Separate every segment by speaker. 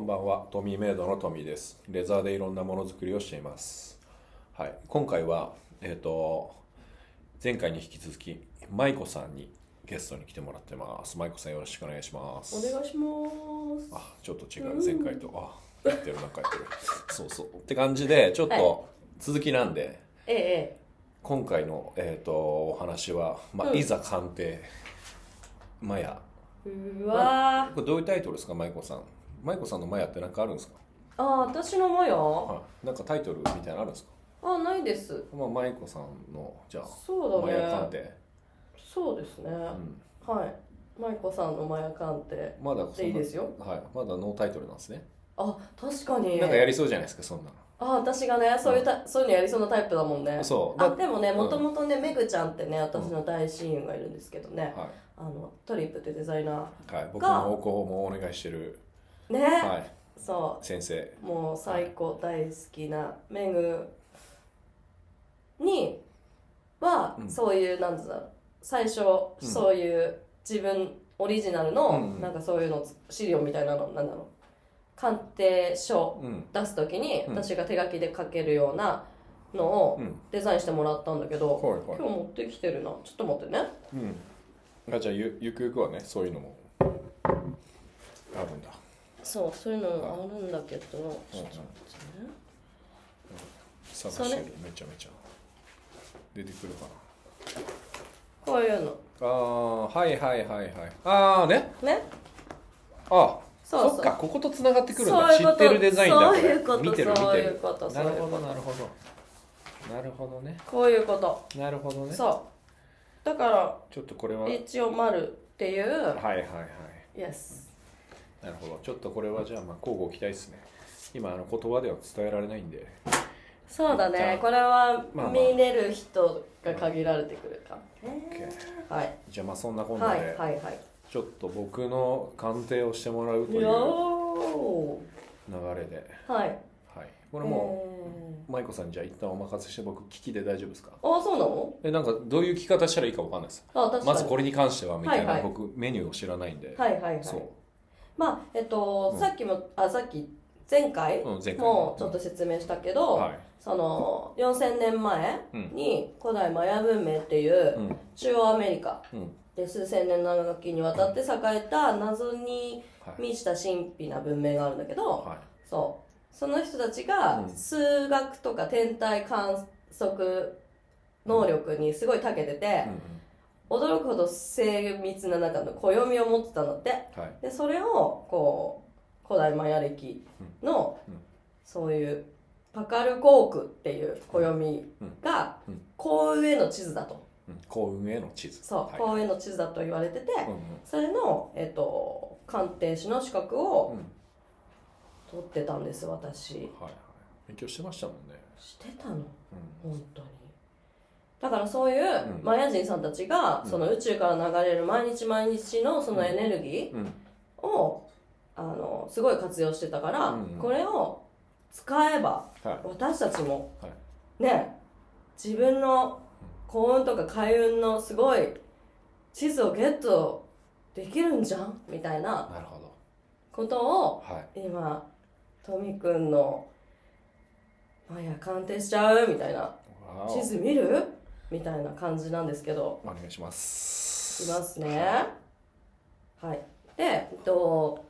Speaker 1: んばんは、トミーメイドのトミーです。レザーでいろんなものづくりをしています。はい、今回は、えっ、と、前回に引き続き、舞子さんにゲストに来てもらってます。舞子さんよろしくお願いします。
Speaker 2: お願いしま
Speaker 1: あ、ちょっと違う、
Speaker 2: うん
Speaker 1: 前回と、あ、やってる、 なんかやってる。そうそう。って感じで、ちょっ
Speaker 2: はい
Speaker 1: と続きなんで、
Speaker 2: す。ええ、
Speaker 1: 今回の、えー、とお話は、まあ
Speaker 2: うん
Speaker 1: いざ鑑定マヤ
Speaker 2: ええ。うわ
Speaker 1: これどういうタイトルですか舞子さん舞子さんのマヤって何かあるんですか、
Speaker 2: ー。あ、私のマヤ。あ、
Speaker 1: はい、なんかタイトルみたいなのあるんですか、
Speaker 2: ないです。
Speaker 1: まあ、舞子さんのじゃあ
Speaker 2: そう
Speaker 1: マヤ
Speaker 2: だ
Speaker 1: 鑑
Speaker 2: ね。
Speaker 1: 定、
Speaker 2: そうですね。
Speaker 1: うん、
Speaker 2: はい。舞子さんのマヤ鑑定。
Speaker 1: まだ
Speaker 2: でいいですよ
Speaker 1: はい、まだノータイトルなんですね、
Speaker 2: あ、確かに。
Speaker 1: なんかやりそうじゃないですかそんな
Speaker 2: あ、私がね、そういうた、そういうのやりそうなタイプだもんね
Speaker 1: の。そうだ
Speaker 2: あ、でもね、
Speaker 1: うん
Speaker 2: もともとね、めぐちゃんってね、私の大親友がいるんですけどね。
Speaker 1: は
Speaker 2: あの、トリップってデザイナ
Speaker 1: い、はい、僕の方向もお願いしてる、
Speaker 2: ー。ね。
Speaker 1: はい、
Speaker 2: そ
Speaker 1: 先生
Speaker 2: う。もう最高大好きなめぐ。には、
Speaker 1: うん
Speaker 2: そういうなんつうんだろう最初、
Speaker 1: ん
Speaker 2: そういう自分オリジナルの、
Speaker 1: うん
Speaker 2: なんかそういうのつ資料みたいなのなんだろう鑑定書
Speaker 1: うん
Speaker 2: 出す時に、
Speaker 1: うん
Speaker 2: 私が手書きで書けるようなのを
Speaker 1: うん
Speaker 2: デザインしてもらったんだけど、
Speaker 1: はいはい
Speaker 2: 今日持ってきてるなちょっと待ってね
Speaker 1: うんあじゃあゆゆくゆくはねそういうのもあるんだ
Speaker 2: そうそういうのあるんだけど、
Speaker 1: う
Speaker 2: ち
Speaker 1: ん
Speaker 2: ょ
Speaker 1: う
Speaker 2: っ
Speaker 1: ん
Speaker 2: と待ってね
Speaker 1: 探してるめちゃめちゃ出てくるかな
Speaker 2: こういうの
Speaker 1: ああはいはいはいはいああね
Speaker 2: ね
Speaker 1: あ
Speaker 2: そ
Speaker 1: そ
Speaker 2: うそ
Speaker 1: っ
Speaker 2: う
Speaker 1: かこことつながってくるん
Speaker 2: そ
Speaker 1: だ
Speaker 2: うい
Speaker 1: 知
Speaker 2: うこ
Speaker 1: っ
Speaker 2: と
Speaker 1: てるデザインだこれ
Speaker 2: そういうこと
Speaker 1: 見てる見
Speaker 2: そう
Speaker 1: て
Speaker 2: いう
Speaker 1: る
Speaker 2: こと
Speaker 1: なるほ
Speaker 2: そ
Speaker 1: ど
Speaker 2: ういうこと
Speaker 1: なるほどなるほどね
Speaker 2: こういうこと、
Speaker 1: なるほどね
Speaker 2: そうだから
Speaker 1: ちょっとこれははい
Speaker 2: 一応丸っていう
Speaker 1: はいはい
Speaker 2: イエス
Speaker 1: なるほどちょっとこれはじゃあまあ交互期待ですね今あの言葉では伝えられないんで
Speaker 2: そうだ
Speaker 1: じゃあ
Speaker 2: ねこれは
Speaker 1: まあまあ
Speaker 2: 見れる人が限られてくるか、
Speaker 1: OK
Speaker 2: はい
Speaker 1: じゃあまあそんなこんな
Speaker 2: は
Speaker 1: で、
Speaker 2: いはいはい
Speaker 1: ちょっと僕の鑑定をしてもらうという
Speaker 2: よー
Speaker 1: 流れで、
Speaker 2: はい
Speaker 1: はい、これも
Speaker 2: え
Speaker 1: う舞子さんにじゃあ一旦お任せして僕聞きで大丈夫ですか
Speaker 2: ーあそうなの
Speaker 1: えなんかどういう聞き方したらいいかわかんないです
Speaker 2: あ確かに
Speaker 1: まずこれに関してはみたいな、
Speaker 2: はいはい
Speaker 1: 僕メニューを知らないんで、
Speaker 2: はいはいはい
Speaker 1: そ
Speaker 2: まあえっと、
Speaker 1: うん
Speaker 2: さっきもあさっき前回
Speaker 1: うん前回
Speaker 2: もちょっと説明したけ
Speaker 1: う
Speaker 2: ど、
Speaker 1: はい
Speaker 2: その4000年前に古代マヤ文明っていううん中央アメリカ
Speaker 1: うん
Speaker 2: で数千年の長きにわたって栄えた謎に
Speaker 1: はい
Speaker 2: 満ちた神秘な文明があるんだけど、
Speaker 1: は
Speaker 2: そうその人たちが
Speaker 1: うん
Speaker 2: 数学とか天体観測能力にすごい長けてて
Speaker 1: い、うんうん
Speaker 2: 驚くほど精密な中の暦を持ってたんだって
Speaker 1: はい
Speaker 2: でそれをこう古代マヤ暦の、
Speaker 1: うんうん
Speaker 2: そういうパカルコークっていう暦が
Speaker 1: うんうん
Speaker 2: 幸運への地図だと
Speaker 1: うん幸運への地図
Speaker 2: そう、
Speaker 1: はい
Speaker 2: 幸運への地図だと言われてて、
Speaker 1: うんうん
Speaker 2: それの、えっと鑑定士の資格
Speaker 1: う
Speaker 2: を
Speaker 1: ん
Speaker 2: 取ってたんです私
Speaker 1: はいはい勉強してましたもんね、
Speaker 2: してたの
Speaker 1: うん
Speaker 2: 本当にだからそういう
Speaker 1: うん
Speaker 2: マヤ人さんたちが、
Speaker 1: うん
Speaker 2: その宇宙から流れる毎日毎日のそのエネルギ
Speaker 1: うん
Speaker 2: ーを、あのすごい活用してたから、
Speaker 1: うん
Speaker 2: これを使えば
Speaker 1: はい
Speaker 2: 私たちも、
Speaker 1: は
Speaker 2: ね自分の幸運とか開運のすごい地図をゲットできるんじゃんみたいな
Speaker 1: なるほど
Speaker 2: ことを
Speaker 1: はい
Speaker 2: 今トミくんの「マヤ鑑定しちゃう?」みたいな
Speaker 1: わ
Speaker 2: 地
Speaker 1: お
Speaker 2: 図見るみたいな感じなんですけど
Speaker 1: お願いします
Speaker 2: いますねはいでえっと、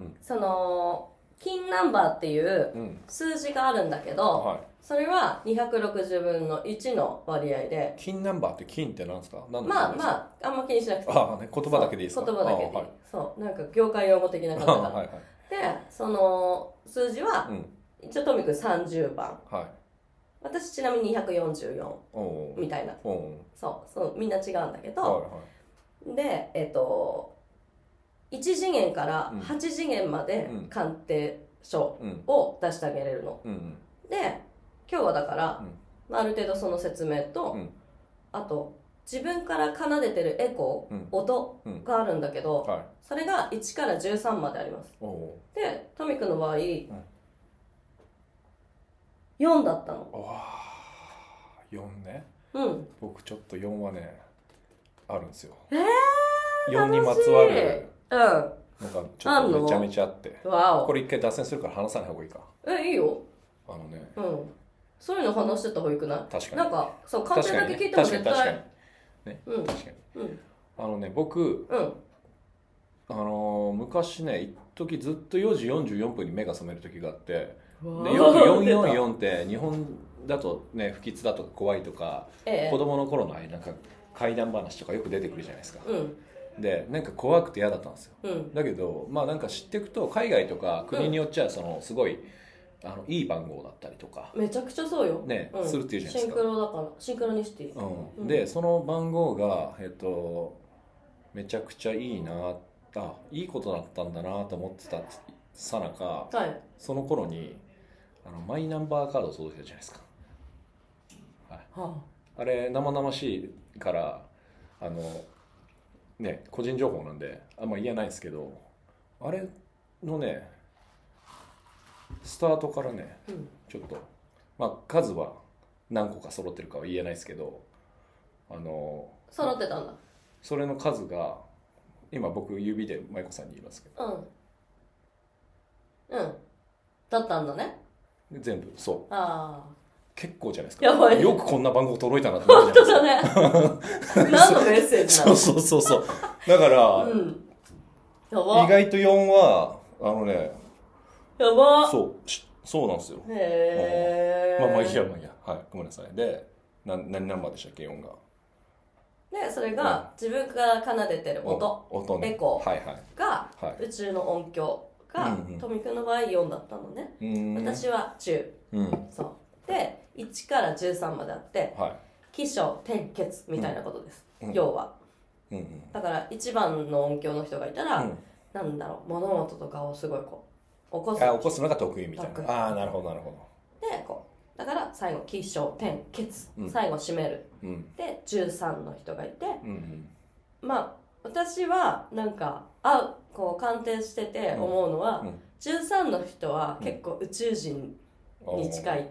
Speaker 1: うん
Speaker 2: その金ナンバーっていう
Speaker 1: うん
Speaker 2: 数字があるんだけど、
Speaker 1: はい
Speaker 2: それは260分の1の割合で
Speaker 1: 金ナンバーって金ってなんですか何の
Speaker 2: まあ
Speaker 1: あ
Speaker 2: まああんま気にしなくていい
Speaker 1: ああね言葉だけでいいですか
Speaker 2: そう言葉だけでいい、
Speaker 1: あはい
Speaker 2: そうなんか業界用語的な感じが、
Speaker 1: はいはい
Speaker 2: でその数字は
Speaker 1: うん
Speaker 2: 一応トミ君30番
Speaker 1: はい
Speaker 2: 私ちなみに244
Speaker 1: おお
Speaker 2: みたいな
Speaker 1: おお
Speaker 2: そうそうみんな違うんだけど、
Speaker 1: はいはい
Speaker 2: でえっ、と1次元から
Speaker 1: うん
Speaker 2: 8次元まで
Speaker 1: うん
Speaker 2: 鑑定書
Speaker 1: うん
Speaker 2: を出してあげれるの、
Speaker 1: うんうん
Speaker 2: で今日はだから、
Speaker 1: うん
Speaker 2: まあ、ある程度その説明と、
Speaker 1: うん
Speaker 2: あと自分から奏でてるエコー、
Speaker 1: うん
Speaker 2: 音
Speaker 1: うん
Speaker 2: があるんだけど、
Speaker 1: はい
Speaker 2: それが1から13まであります
Speaker 1: おお
Speaker 2: でトミ君の場合、4だったの
Speaker 1: お四ね
Speaker 2: うん
Speaker 1: 僕ちょっと四はねあるんですよ
Speaker 2: え
Speaker 1: 四にま
Speaker 2: 楽しい
Speaker 1: つわる
Speaker 2: うん
Speaker 1: なんかちょっ
Speaker 2: あん
Speaker 1: と
Speaker 2: の
Speaker 1: めちゃめちゃあって
Speaker 2: わ
Speaker 1: こ
Speaker 2: お
Speaker 1: れ一回脱線するから話さない方がいいか
Speaker 2: えいいよ
Speaker 1: あのね
Speaker 2: うんそういうの話してた方がいいくない
Speaker 1: 確かに
Speaker 2: なんかそう観
Speaker 1: 確
Speaker 2: 点
Speaker 1: か
Speaker 2: だ
Speaker 1: に
Speaker 2: け
Speaker 1: ね
Speaker 2: 聞いても
Speaker 1: 確か
Speaker 2: 絶
Speaker 1: に確かに
Speaker 2: 対うん
Speaker 1: 確かに
Speaker 2: うん
Speaker 1: あのね僕
Speaker 2: うん
Speaker 1: あのー昔ね一時ずっと4時44分に目が覚める時があってでよく444って日本だとね不吉だとか怖いとか
Speaker 2: ええ
Speaker 1: 子供の頃のああいうなんか怪談話とかよく出てくるじゃないですか
Speaker 2: うん
Speaker 1: でなんか怖くて嫌だったんですよ
Speaker 2: うん
Speaker 1: だけどまあなんか知っていくと海外とか国によっちゃそのすごいあのいい番号だったりとか、
Speaker 2: めちゃくちゃそうよ
Speaker 1: ね
Speaker 2: うん
Speaker 1: するっていうじゃないですか
Speaker 2: シンクロだからシンクロニシティ
Speaker 1: う、
Speaker 2: うんん
Speaker 1: でその番号がえっとめちゃくちゃいいなあいいことだったんだなと思ってたさなか
Speaker 2: はい
Speaker 1: その頃にあのマイナンバーカード届いたじゃないですか
Speaker 2: は
Speaker 1: あれ生々しいからあのね個人情報なんであんま言えないですけどあれのねスタートからね
Speaker 2: あうん
Speaker 1: ちょっとまあ数は何個か揃ってるかは言えないですけどあの
Speaker 2: 揃ってたんだ
Speaker 1: それの数が今僕指で舞子さんに言いますけ
Speaker 2: うんうんだったんだね
Speaker 1: ど全部そう
Speaker 2: ああ
Speaker 1: 結構じゃないです
Speaker 2: やば
Speaker 1: か
Speaker 2: い
Speaker 1: よくこんな番号届いたなって
Speaker 2: 本
Speaker 1: 思うじ
Speaker 2: 当
Speaker 1: ゃない
Speaker 2: だ ね何のメッセー
Speaker 1: です
Speaker 2: ジ
Speaker 1: か
Speaker 2: な
Speaker 1: そ
Speaker 2: の
Speaker 1: うそうそうそうだから、
Speaker 2: う
Speaker 1: 意
Speaker 2: んやば
Speaker 1: 外と4はあのね
Speaker 2: やば
Speaker 1: そうしそうなんですよ
Speaker 2: へえ
Speaker 1: まあまあいいやまあいいやはいごめんなさいでな何何番でしたっけ4が
Speaker 2: でそれが自分から奏でてる音
Speaker 1: お音ね
Speaker 2: エコー
Speaker 1: はいはい
Speaker 2: が
Speaker 1: はい
Speaker 2: 宇宙の音響が
Speaker 1: うんうん
Speaker 2: トミ君の場合4だったのね
Speaker 1: うーん
Speaker 2: 私は10
Speaker 1: うん
Speaker 2: そうで1から13まであって
Speaker 1: は
Speaker 2: 起承転結みたいなことです
Speaker 1: うん
Speaker 2: 要はい
Speaker 1: うんうん
Speaker 2: だから1番の音響の人がいたら
Speaker 1: うん
Speaker 2: なんだろう物事とかをすごいこう起こす
Speaker 1: あ起こすのが得意みたい
Speaker 2: 得意
Speaker 1: なああーなるほどなるほ
Speaker 2: でこうだから最後起承転結、
Speaker 1: うん
Speaker 2: 最後締める
Speaker 1: どうん
Speaker 2: で13の人がいて
Speaker 1: うんうん
Speaker 2: まあ私はなんかあこう鑑定してて思うのは、
Speaker 1: うんうん
Speaker 2: 13の人は結構宇宙人に近い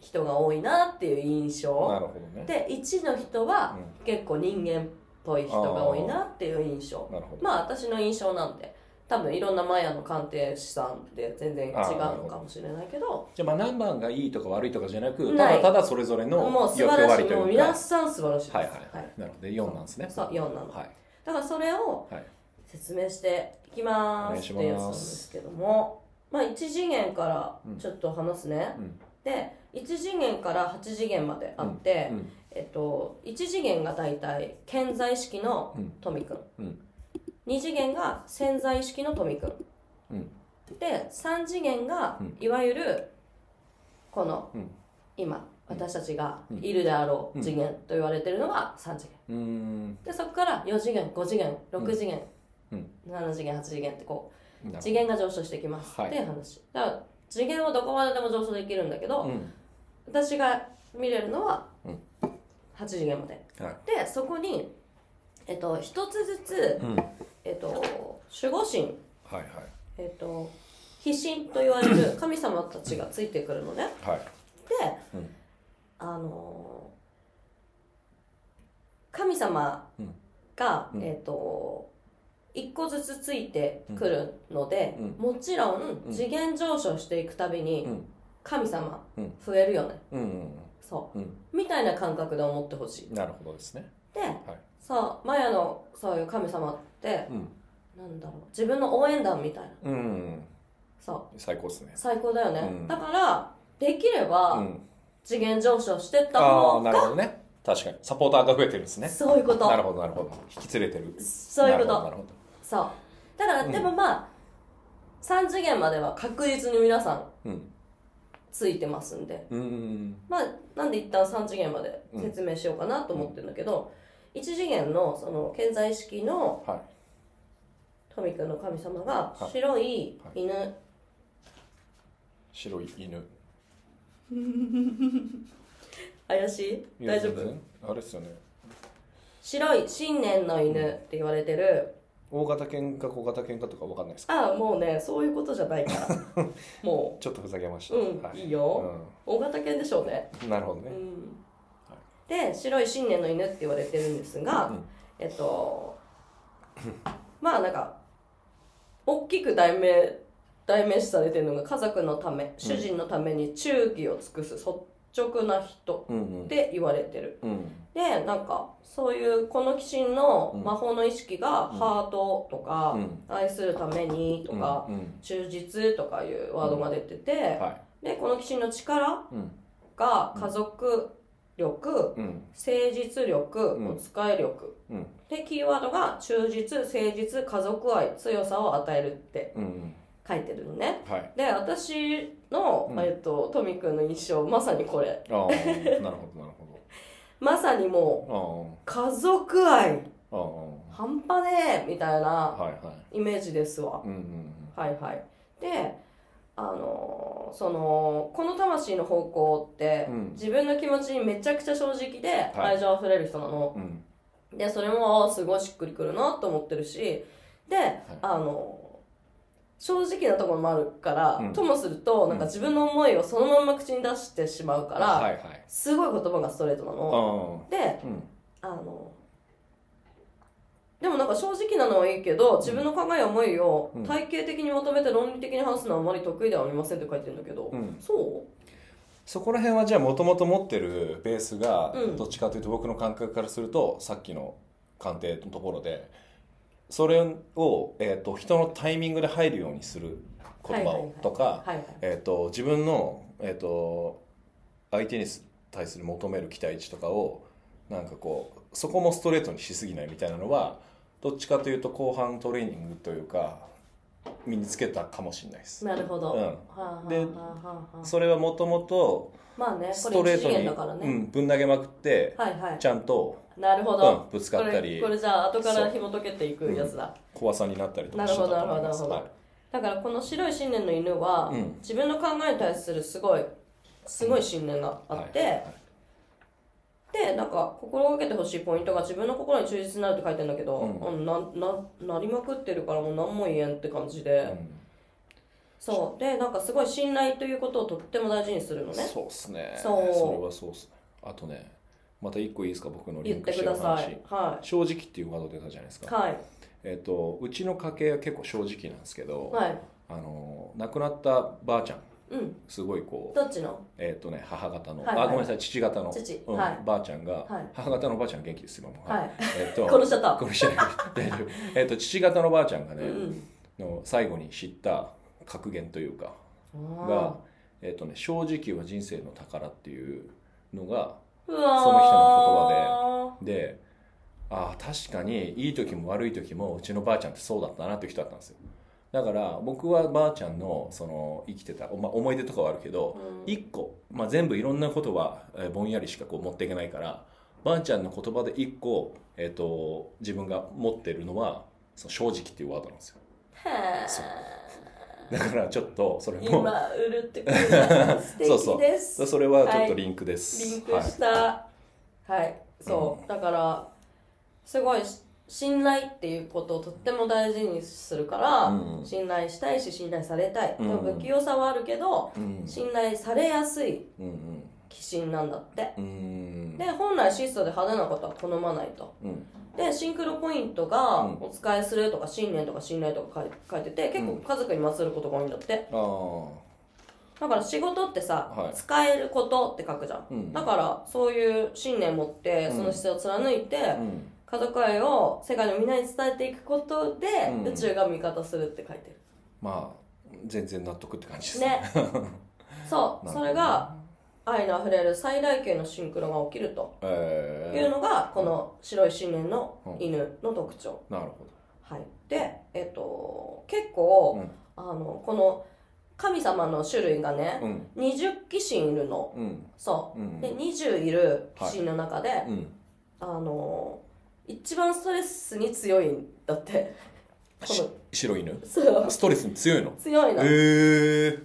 Speaker 2: 人が多いなっていう印
Speaker 1: おーなる
Speaker 2: 象
Speaker 1: ほどね
Speaker 2: で1の人は結構人間っぽい人が多いなっていう印象
Speaker 1: うんなるほど
Speaker 2: まあ私の印象なんで多分いろんなマヤの鑑定士さんで全然違うのかもしれないけど
Speaker 1: じゃあまあ何番がいいとか悪いとかじゃなくた
Speaker 2: な
Speaker 1: だ
Speaker 2: い
Speaker 1: ただそれぞれの
Speaker 2: もう
Speaker 1: 良
Speaker 2: 素
Speaker 1: く
Speaker 2: 晴らし
Speaker 1: 悪
Speaker 2: い
Speaker 1: いとい
Speaker 2: もう
Speaker 1: うか
Speaker 2: 皆さん素晴らしいです
Speaker 1: はいはいはいなので4なんですね
Speaker 2: そう4なの
Speaker 1: はい
Speaker 2: だからそれを
Speaker 1: はい
Speaker 2: 説明していきま
Speaker 1: お願い
Speaker 2: す
Speaker 1: し
Speaker 2: っ
Speaker 1: ます
Speaker 2: ていうやつなんですけどもまあ1次元からちょっと話すね、
Speaker 1: うん
Speaker 2: で1次元から8次元まであって、
Speaker 1: うん
Speaker 2: えっと、1次元が大体潜在意識の
Speaker 1: うん
Speaker 2: トミ君、
Speaker 1: うん
Speaker 2: 2次元が潜在意識のトミ君
Speaker 1: うん
Speaker 2: で3次元が
Speaker 1: うん
Speaker 2: いわゆるこの
Speaker 1: うん
Speaker 2: 今私たちが
Speaker 1: うん
Speaker 2: いるであろ
Speaker 1: う
Speaker 2: うん次元と言われてるのが3次元
Speaker 1: うーん
Speaker 2: でそこから4次元5次元6次元、
Speaker 1: うん
Speaker 2: 7次元8次元ってこ
Speaker 1: なるほど
Speaker 2: う次元が上昇してきます
Speaker 1: はい
Speaker 2: っていう話、だから次元はどこまででも上昇できるんだけど、
Speaker 1: うん
Speaker 2: 私が見れるのは
Speaker 1: うん
Speaker 2: 8次元まで
Speaker 1: はい
Speaker 2: でそこにえっと一つずつ、
Speaker 1: うんはい
Speaker 2: えっと、守護神
Speaker 1: はい
Speaker 2: えっと飛神と言われ る神様たちがついてくるのね
Speaker 1: はい
Speaker 2: で、
Speaker 1: うん
Speaker 2: あのー神様が、
Speaker 1: うん
Speaker 2: えっと一個ずつついてくるので、
Speaker 1: うん
Speaker 2: もちろん
Speaker 1: うん
Speaker 2: 次元上昇していくたびに
Speaker 1: うん
Speaker 2: 神様
Speaker 1: うん
Speaker 2: 増えるよね、
Speaker 1: うんうん
Speaker 2: そ
Speaker 1: うん
Speaker 2: うみたいな感覚で思ってほしい
Speaker 1: なるほどですね
Speaker 2: で、さあマヤのそういう神様って
Speaker 1: うん
Speaker 2: なんだろう自分の応援団みたいな
Speaker 1: うん
Speaker 2: さ
Speaker 1: 最高ですね
Speaker 2: 最高だよね、
Speaker 1: うん
Speaker 2: だからできれば、
Speaker 1: うん
Speaker 2: 次元上昇してった
Speaker 1: ああ
Speaker 2: 方
Speaker 1: な
Speaker 2: が
Speaker 1: るほどね確かにサポーターが増えてるんですね
Speaker 2: そういうこ
Speaker 1: なる
Speaker 2: と
Speaker 1: ほどなるほど引き連れてる
Speaker 2: そういうこ
Speaker 1: なるほどな
Speaker 2: と
Speaker 1: るほ
Speaker 2: そうだから、
Speaker 1: うん
Speaker 2: でもまあ3次元までは確実に皆さん
Speaker 1: どうん
Speaker 2: ついてますんで
Speaker 1: うんうん
Speaker 2: まあなんで一旦3次元まで説明しようかなと思ってるんだけど、1次元のその健在意識の
Speaker 1: はい
Speaker 2: 富くんの神様が
Speaker 1: はい
Speaker 2: 白い犬、
Speaker 1: 白い犬
Speaker 2: 怪しい大丈
Speaker 1: いや
Speaker 2: 夫
Speaker 1: 全然あれですよね
Speaker 2: 白い新年の犬って言われてる、
Speaker 1: 大型犬か小型犬かとかわかんないですか
Speaker 2: ああもうねそういうことじゃないからも
Speaker 1: ちょっとふざけまし
Speaker 2: う
Speaker 1: た、
Speaker 2: うん、、
Speaker 1: はい
Speaker 2: いよ、大型犬でしょうね
Speaker 1: うん、なるほどね、
Speaker 2: うんで白い新年の犬って言わ れてるんですが、
Speaker 1: うん
Speaker 2: えっとまあなんか大きく題名代名詞されてるのが家族のため主人のために忠義を尽くす率直な人
Speaker 1: うんうん
Speaker 2: って言われてる
Speaker 1: うん
Speaker 2: でなんかそういうこの鬼神の
Speaker 1: うん
Speaker 2: 魔法の意識が
Speaker 1: うん
Speaker 2: ハートとか
Speaker 1: うん
Speaker 2: 愛するためにとか
Speaker 1: うんうん
Speaker 2: 忠実とかいうワードが出てて
Speaker 1: は
Speaker 2: でこの鬼神の力
Speaker 1: いうん
Speaker 2: が家族力
Speaker 1: うん
Speaker 2: 誠実力
Speaker 1: うん
Speaker 2: お使い力
Speaker 1: うん
Speaker 2: でキーワードが忠実誠実家族愛強さを与えるって
Speaker 1: うん
Speaker 2: 書いてるのね
Speaker 1: はい
Speaker 2: で私の、
Speaker 1: うん
Speaker 2: えっとトミ君の印象まさにこれ
Speaker 1: ああなるほどなるほ
Speaker 2: まさにもう
Speaker 1: ど
Speaker 2: 家族愛
Speaker 1: あああ
Speaker 2: 半端ねえみたい
Speaker 1: あ
Speaker 2: な
Speaker 1: はいはい
Speaker 2: イメージですわ、
Speaker 1: うんうん
Speaker 2: はいはいであのーそのこの魂の方向って、
Speaker 1: うん
Speaker 2: 自分の気持ちにめちゃくちゃ正直で
Speaker 1: はい
Speaker 2: 愛情あふれる人なの、
Speaker 1: うんうん
Speaker 2: でそれもすごいしっくりくるなと思ってるしで、あの正直なところもあるから、
Speaker 1: うん
Speaker 2: ともするとなんか自分の思いをそのまんま口に出してしまうから、
Speaker 1: はいはい
Speaker 2: すごい言葉がストレートな
Speaker 1: あ
Speaker 2: の。
Speaker 1: あ
Speaker 2: で
Speaker 1: うん
Speaker 2: あのでもなんか正直なのはいいけど自分の考えや思いを
Speaker 1: うん
Speaker 2: 体系的にまとめて論理的に話すのはあまり得意ではありませんって書いてるんだけど、
Speaker 1: うん
Speaker 2: そ
Speaker 1: そこら辺はじゃあもともと持ってるベースが
Speaker 2: うん
Speaker 1: どっちかというと僕の感覚からするとさっきの鑑定のところでそれを、えー、と人のタイミングで入るようにする言葉
Speaker 2: はいはいは
Speaker 1: を
Speaker 2: い
Speaker 1: と
Speaker 2: う
Speaker 1: か、
Speaker 2: はいはい
Speaker 1: えー、と自分の、えー、と相手に対する求める期待値とかをなんかこうそこもストレートにしすぎないみたいなのはどっちかというと後半トレーニングというか身につけたかもしれないです。
Speaker 2: なるほど、
Speaker 1: うん
Speaker 2: はあはあ
Speaker 1: で
Speaker 2: はあはあはあ
Speaker 1: それはもともと
Speaker 2: まあね
Speaker 1: ス
Speaker 2: こ
Speaker 1: トレー
Speaker 2: れ一
Speaker 1: ト
Speaker 2: 次
Speaker 1: に、
Speaker 2: 元だからね、
Speaker 1: うん、ぶん投げまくって、
Speaker 2: はいは
Speaker 1: ちゃんと、
Speaker 2: いなるほ
Speaker 1: うん
Speaker 2: ど、、
Speaker 1: ぶつか
Speaker 2: こ
Speaker 1: った
Speaker 2: れ
Speaker 1: り
Speaker 2: これじゃあ後から紐解けていくやつだ、
Speaker 1: 怖さになったりとかしてたと思います
Speaker 2: なるほどなるほどなる
Speaker 1: はい
Speaker 2: だからこの白い信念の犬は、
Speaker 1: うん
Speaker 2: 自分の考えに対するすごいすごい信念があって、
Speaker 1: はいはい
Speaker 2: でなんか心がけてほしいポイントが自分の心に忠実になるって書いてんだけど、
Speaker 1: う
Speaker 2: うんなななりまくってるからもう何も言えんって感じで、
Speaker 1: うん
Speaker 2: そうでなんかすごい信頼ということをとっても大事にするのね
Speaker 1: そうっすね
Speaker 2: そう
Speaker 1: それはそうっすねあとねまた一個いいですか僕のリ
Speaker 2: 言っ
Speaker 1: ンク
Speaker 2: て
Speaker 1: して
Speaker 2: く
Speaker 1: る
Speaker 2: だ
Speaker 1: 話
Speaker 2: さいは
Speaker 1: 正直っていうワード出たじゃないです
Speaker 2: い
Speaker 1: か、
Speaker 2: はい
Speaker 1: えっとうちの家系は結構正直なんですけど、
Speaker 2: はい
Speaker 1: あの亡くなったばあちゃん
Speaker 2: うん
Speaker 1: すごいこう
Speaker 2: どっちの
Speaker 1: えっ、とね母方の、
Speaker 2: はいはい
Speaker 1: あごめんなさい父方の
Speaker 2: 父
Speaker 1: うん
Speaker 2: はい
Speaker 1: ばあちゃんが、
Speaker 2: はい
Speaker 1: 母方のばあちゃん元気です今も
Speaker 2: はい
Speaker 1: え っと
Speaker 2: 殺しちゃった
Speaker 1: これじゃない大丈夫えっと父方のばあちゃんが
Speaker 2: う
Speaker 1: ね、
Speaker 2: ん
Speaker 1: の最後に知った格言というか
Speaker 2: うん
Speaker 1: が、えっとね、正直は人生の宝っていうのが
Speaker 2: うわー
Speaker 1: その人のでああ確かにいい時も悪い時もうちのばあちゃんってそうだったなっていう人だったんですよだから僕はばあちゃんのその生きてた、おまあ、思い出とかはあるけど
Speaker 2: うん
Speaker 1: 一個、まあ、全部いろんなことはえーぼんやりしかこう持っていけないからばあちゃんの言葉で一個、えっと自分が持ってるのはその正直っていうワードなんですよ
Speaker 2: へー
Speaker 1: そうだからちょっとそれも
Speaker 2: 今売るってくるの素
Speaker 1: そうそう
Speaker 2: 敵です
Speaker 1: それはちょっとリンクです。
Speaker 2: リンクしたはい、そう、だからすごいし信頼っていうことをとっても大事にするから、
Speaker 1: うん
Speaker 2: 信頼したいし信頼されたい、
Speaker 1: うん
Speaker 2: でも不器用さはあるけど
Speaker 1: はい。うん。
Speaker 2: 信頼されやすい
Speaker 1: うん
Speaker 2: 鬼神なんだって
Speaker 1: うん。うん。
Speaker 2: で本来質素で派手なことは好まないと
Speaker 1: うん。
Speaker 2: でシンクロポイントが
Speaker 1: うん
Speaker 2: お使いするとか信念とか信頼とか書い書いてて結構家族にまつわることが多いんだって
Speaker 1: ああ。
Speaker 2: だから仕事ってさ、
Speaker 1: はい
Speaker 2: 使えることって書くじゃん、
Speaker 1: うん
Speaker 2: だからそういう信念持って
Speaker 1: うん
Speaker 2: その姿勢を貫いて、
Speaker 1: うん。
Speaker 2: 家族愛を世界のみんなに伝えていくことで、
Speaker 1: うん
Speaker 2: 宇宙が味方するって書いてる
Speaker 1: まあ全然納得って感じ ですね。
Speaker 2: ねそう
Speaker 1: なるほど
Speaker 2: それが愛のあふれる最大級のシンクロが起きると
Speaker 1: え
Speaker 2: い
Speaker 1: え
Speaker 2: うのがこの白い信念の犬の特徴、
Speaker 1: なるほ
Speaker 2: はい、で、えっと結
Speaker 1: ど。
Speaker 2: 構、
Speaker 1: うん。
Speaker 2: あのこの神様の種類がね、
Speaker 1: うん。
Speaker 2: 20鬼神いるの
Speaker 1: うん。。
Speaker 2: そううんで20いる鬼神の中で、
Speaker 1: うん。
Speaker 2: あの一番ストレスに強いん だって
Speaker 1: し白犬。
Speaker 2: そう
Speaker 1: ストレスに強いの。
Speaker 2: 強いの、
Speaker 1: へえ。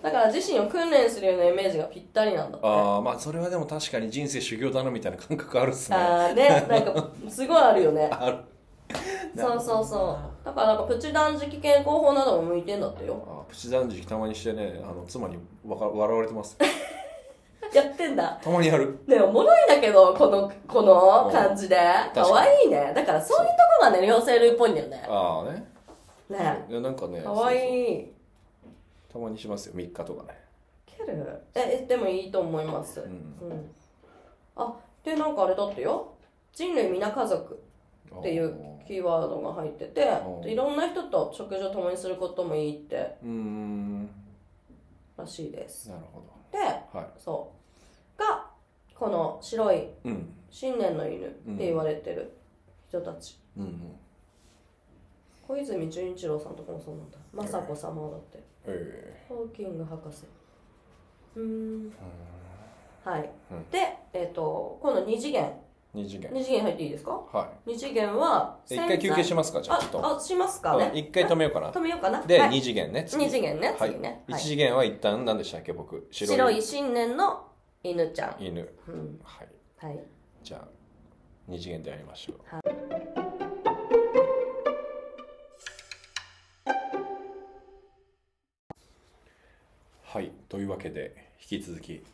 Speaker 2: だから自身を訓練するようなイメージがぴったりなんだって
Speaker 1: ああまあそれはでも確かに人生修行だなみたいな感覚あるっすね。
Speaker 2: あーねなんかすごいあるよね
Speaker 1: ある。
Speaker 2: そうそうそうだからなんかプチ断食健康法なども向いてんだってよ
Speaker 1: あープチ断食たまにしてねあの妻にわか笑われてます。
Speaker 2: やってんだ
Speaker 1: たまにやる。
Speaker 2: ねおもろいんだけどこのこの感じで
Speaker 1: 確かに
Speaker 2: 可愛いねだからそういうとこがね両生類っぽいんだよね
Speaker 1: ああね。
Speaker 2: ね
Speaker 1: いやなんかね
Speaker 2: えかわ
Speaker 1: そう
Speaker 2: いい
Speaker 1: そうたまにしますよ3日とかね
Speaker 2: ケルええでもいいと思います
Speaker 1: うん
Speaker 2: うんあでなんかあれだってよ人類皆家族っていうキーワードが入ってて
Speaker 1: ー
Speaker 2: でいろんな人と食事を共にすることもいいって
Speaker 1: うーんな
Speaker 2: らしいです
Speaker 1: るほ
Speaker 2: で
Speaker 1: どはい
Speaker 2: そうがこの白い
Speaker 1: うん
Speaker 2: 新年の犬って言われてる人たち、
Speaker 1: うんうん
Speaker 2: 小泉純一郎さんとかもそうなんだ雅子様だって
Speaker 1: え
Speaker 2: ホーキング博士うーん
Speaker 1: えう
Speaker 2: はい、
Speaker 1: うん
Speaker 2: でえっ、と今度2次元
Speaker 1: ん二次元
Speaker 2: 2次元入っていいですか
Speaker 1: は
Speaker 2: 2次元はい
Speaker 1: 一回休憩し
Speaker 2: ま
Speaker 1: ますかじゃあちょっと
Speaker 2: ああしますかね
Speaker 1: うん一回止めようかな
Speaker 2: 止めようかな
Speaker 1: で、
Speaker 2: は
Speaker 1: 二
Speaker 2: い、
Speaker 1: 次元ね次
Speaker 2: 二次元ね
Speaker 1: はい
Speaker 2: 次ね
Speaker 1: 一
Speaker 2: はい
Speaker 1: 次元は一旦何でしたっけ僕白い
Speaker 2: 白い新年の犬ちゃん、
Speaker 1: 犬
Speaker 2: うん、
Speaker 1: はい
Speaker 2: はい
Speaker 1: じゃあ二次元でやりましょうはいというわけで引き続き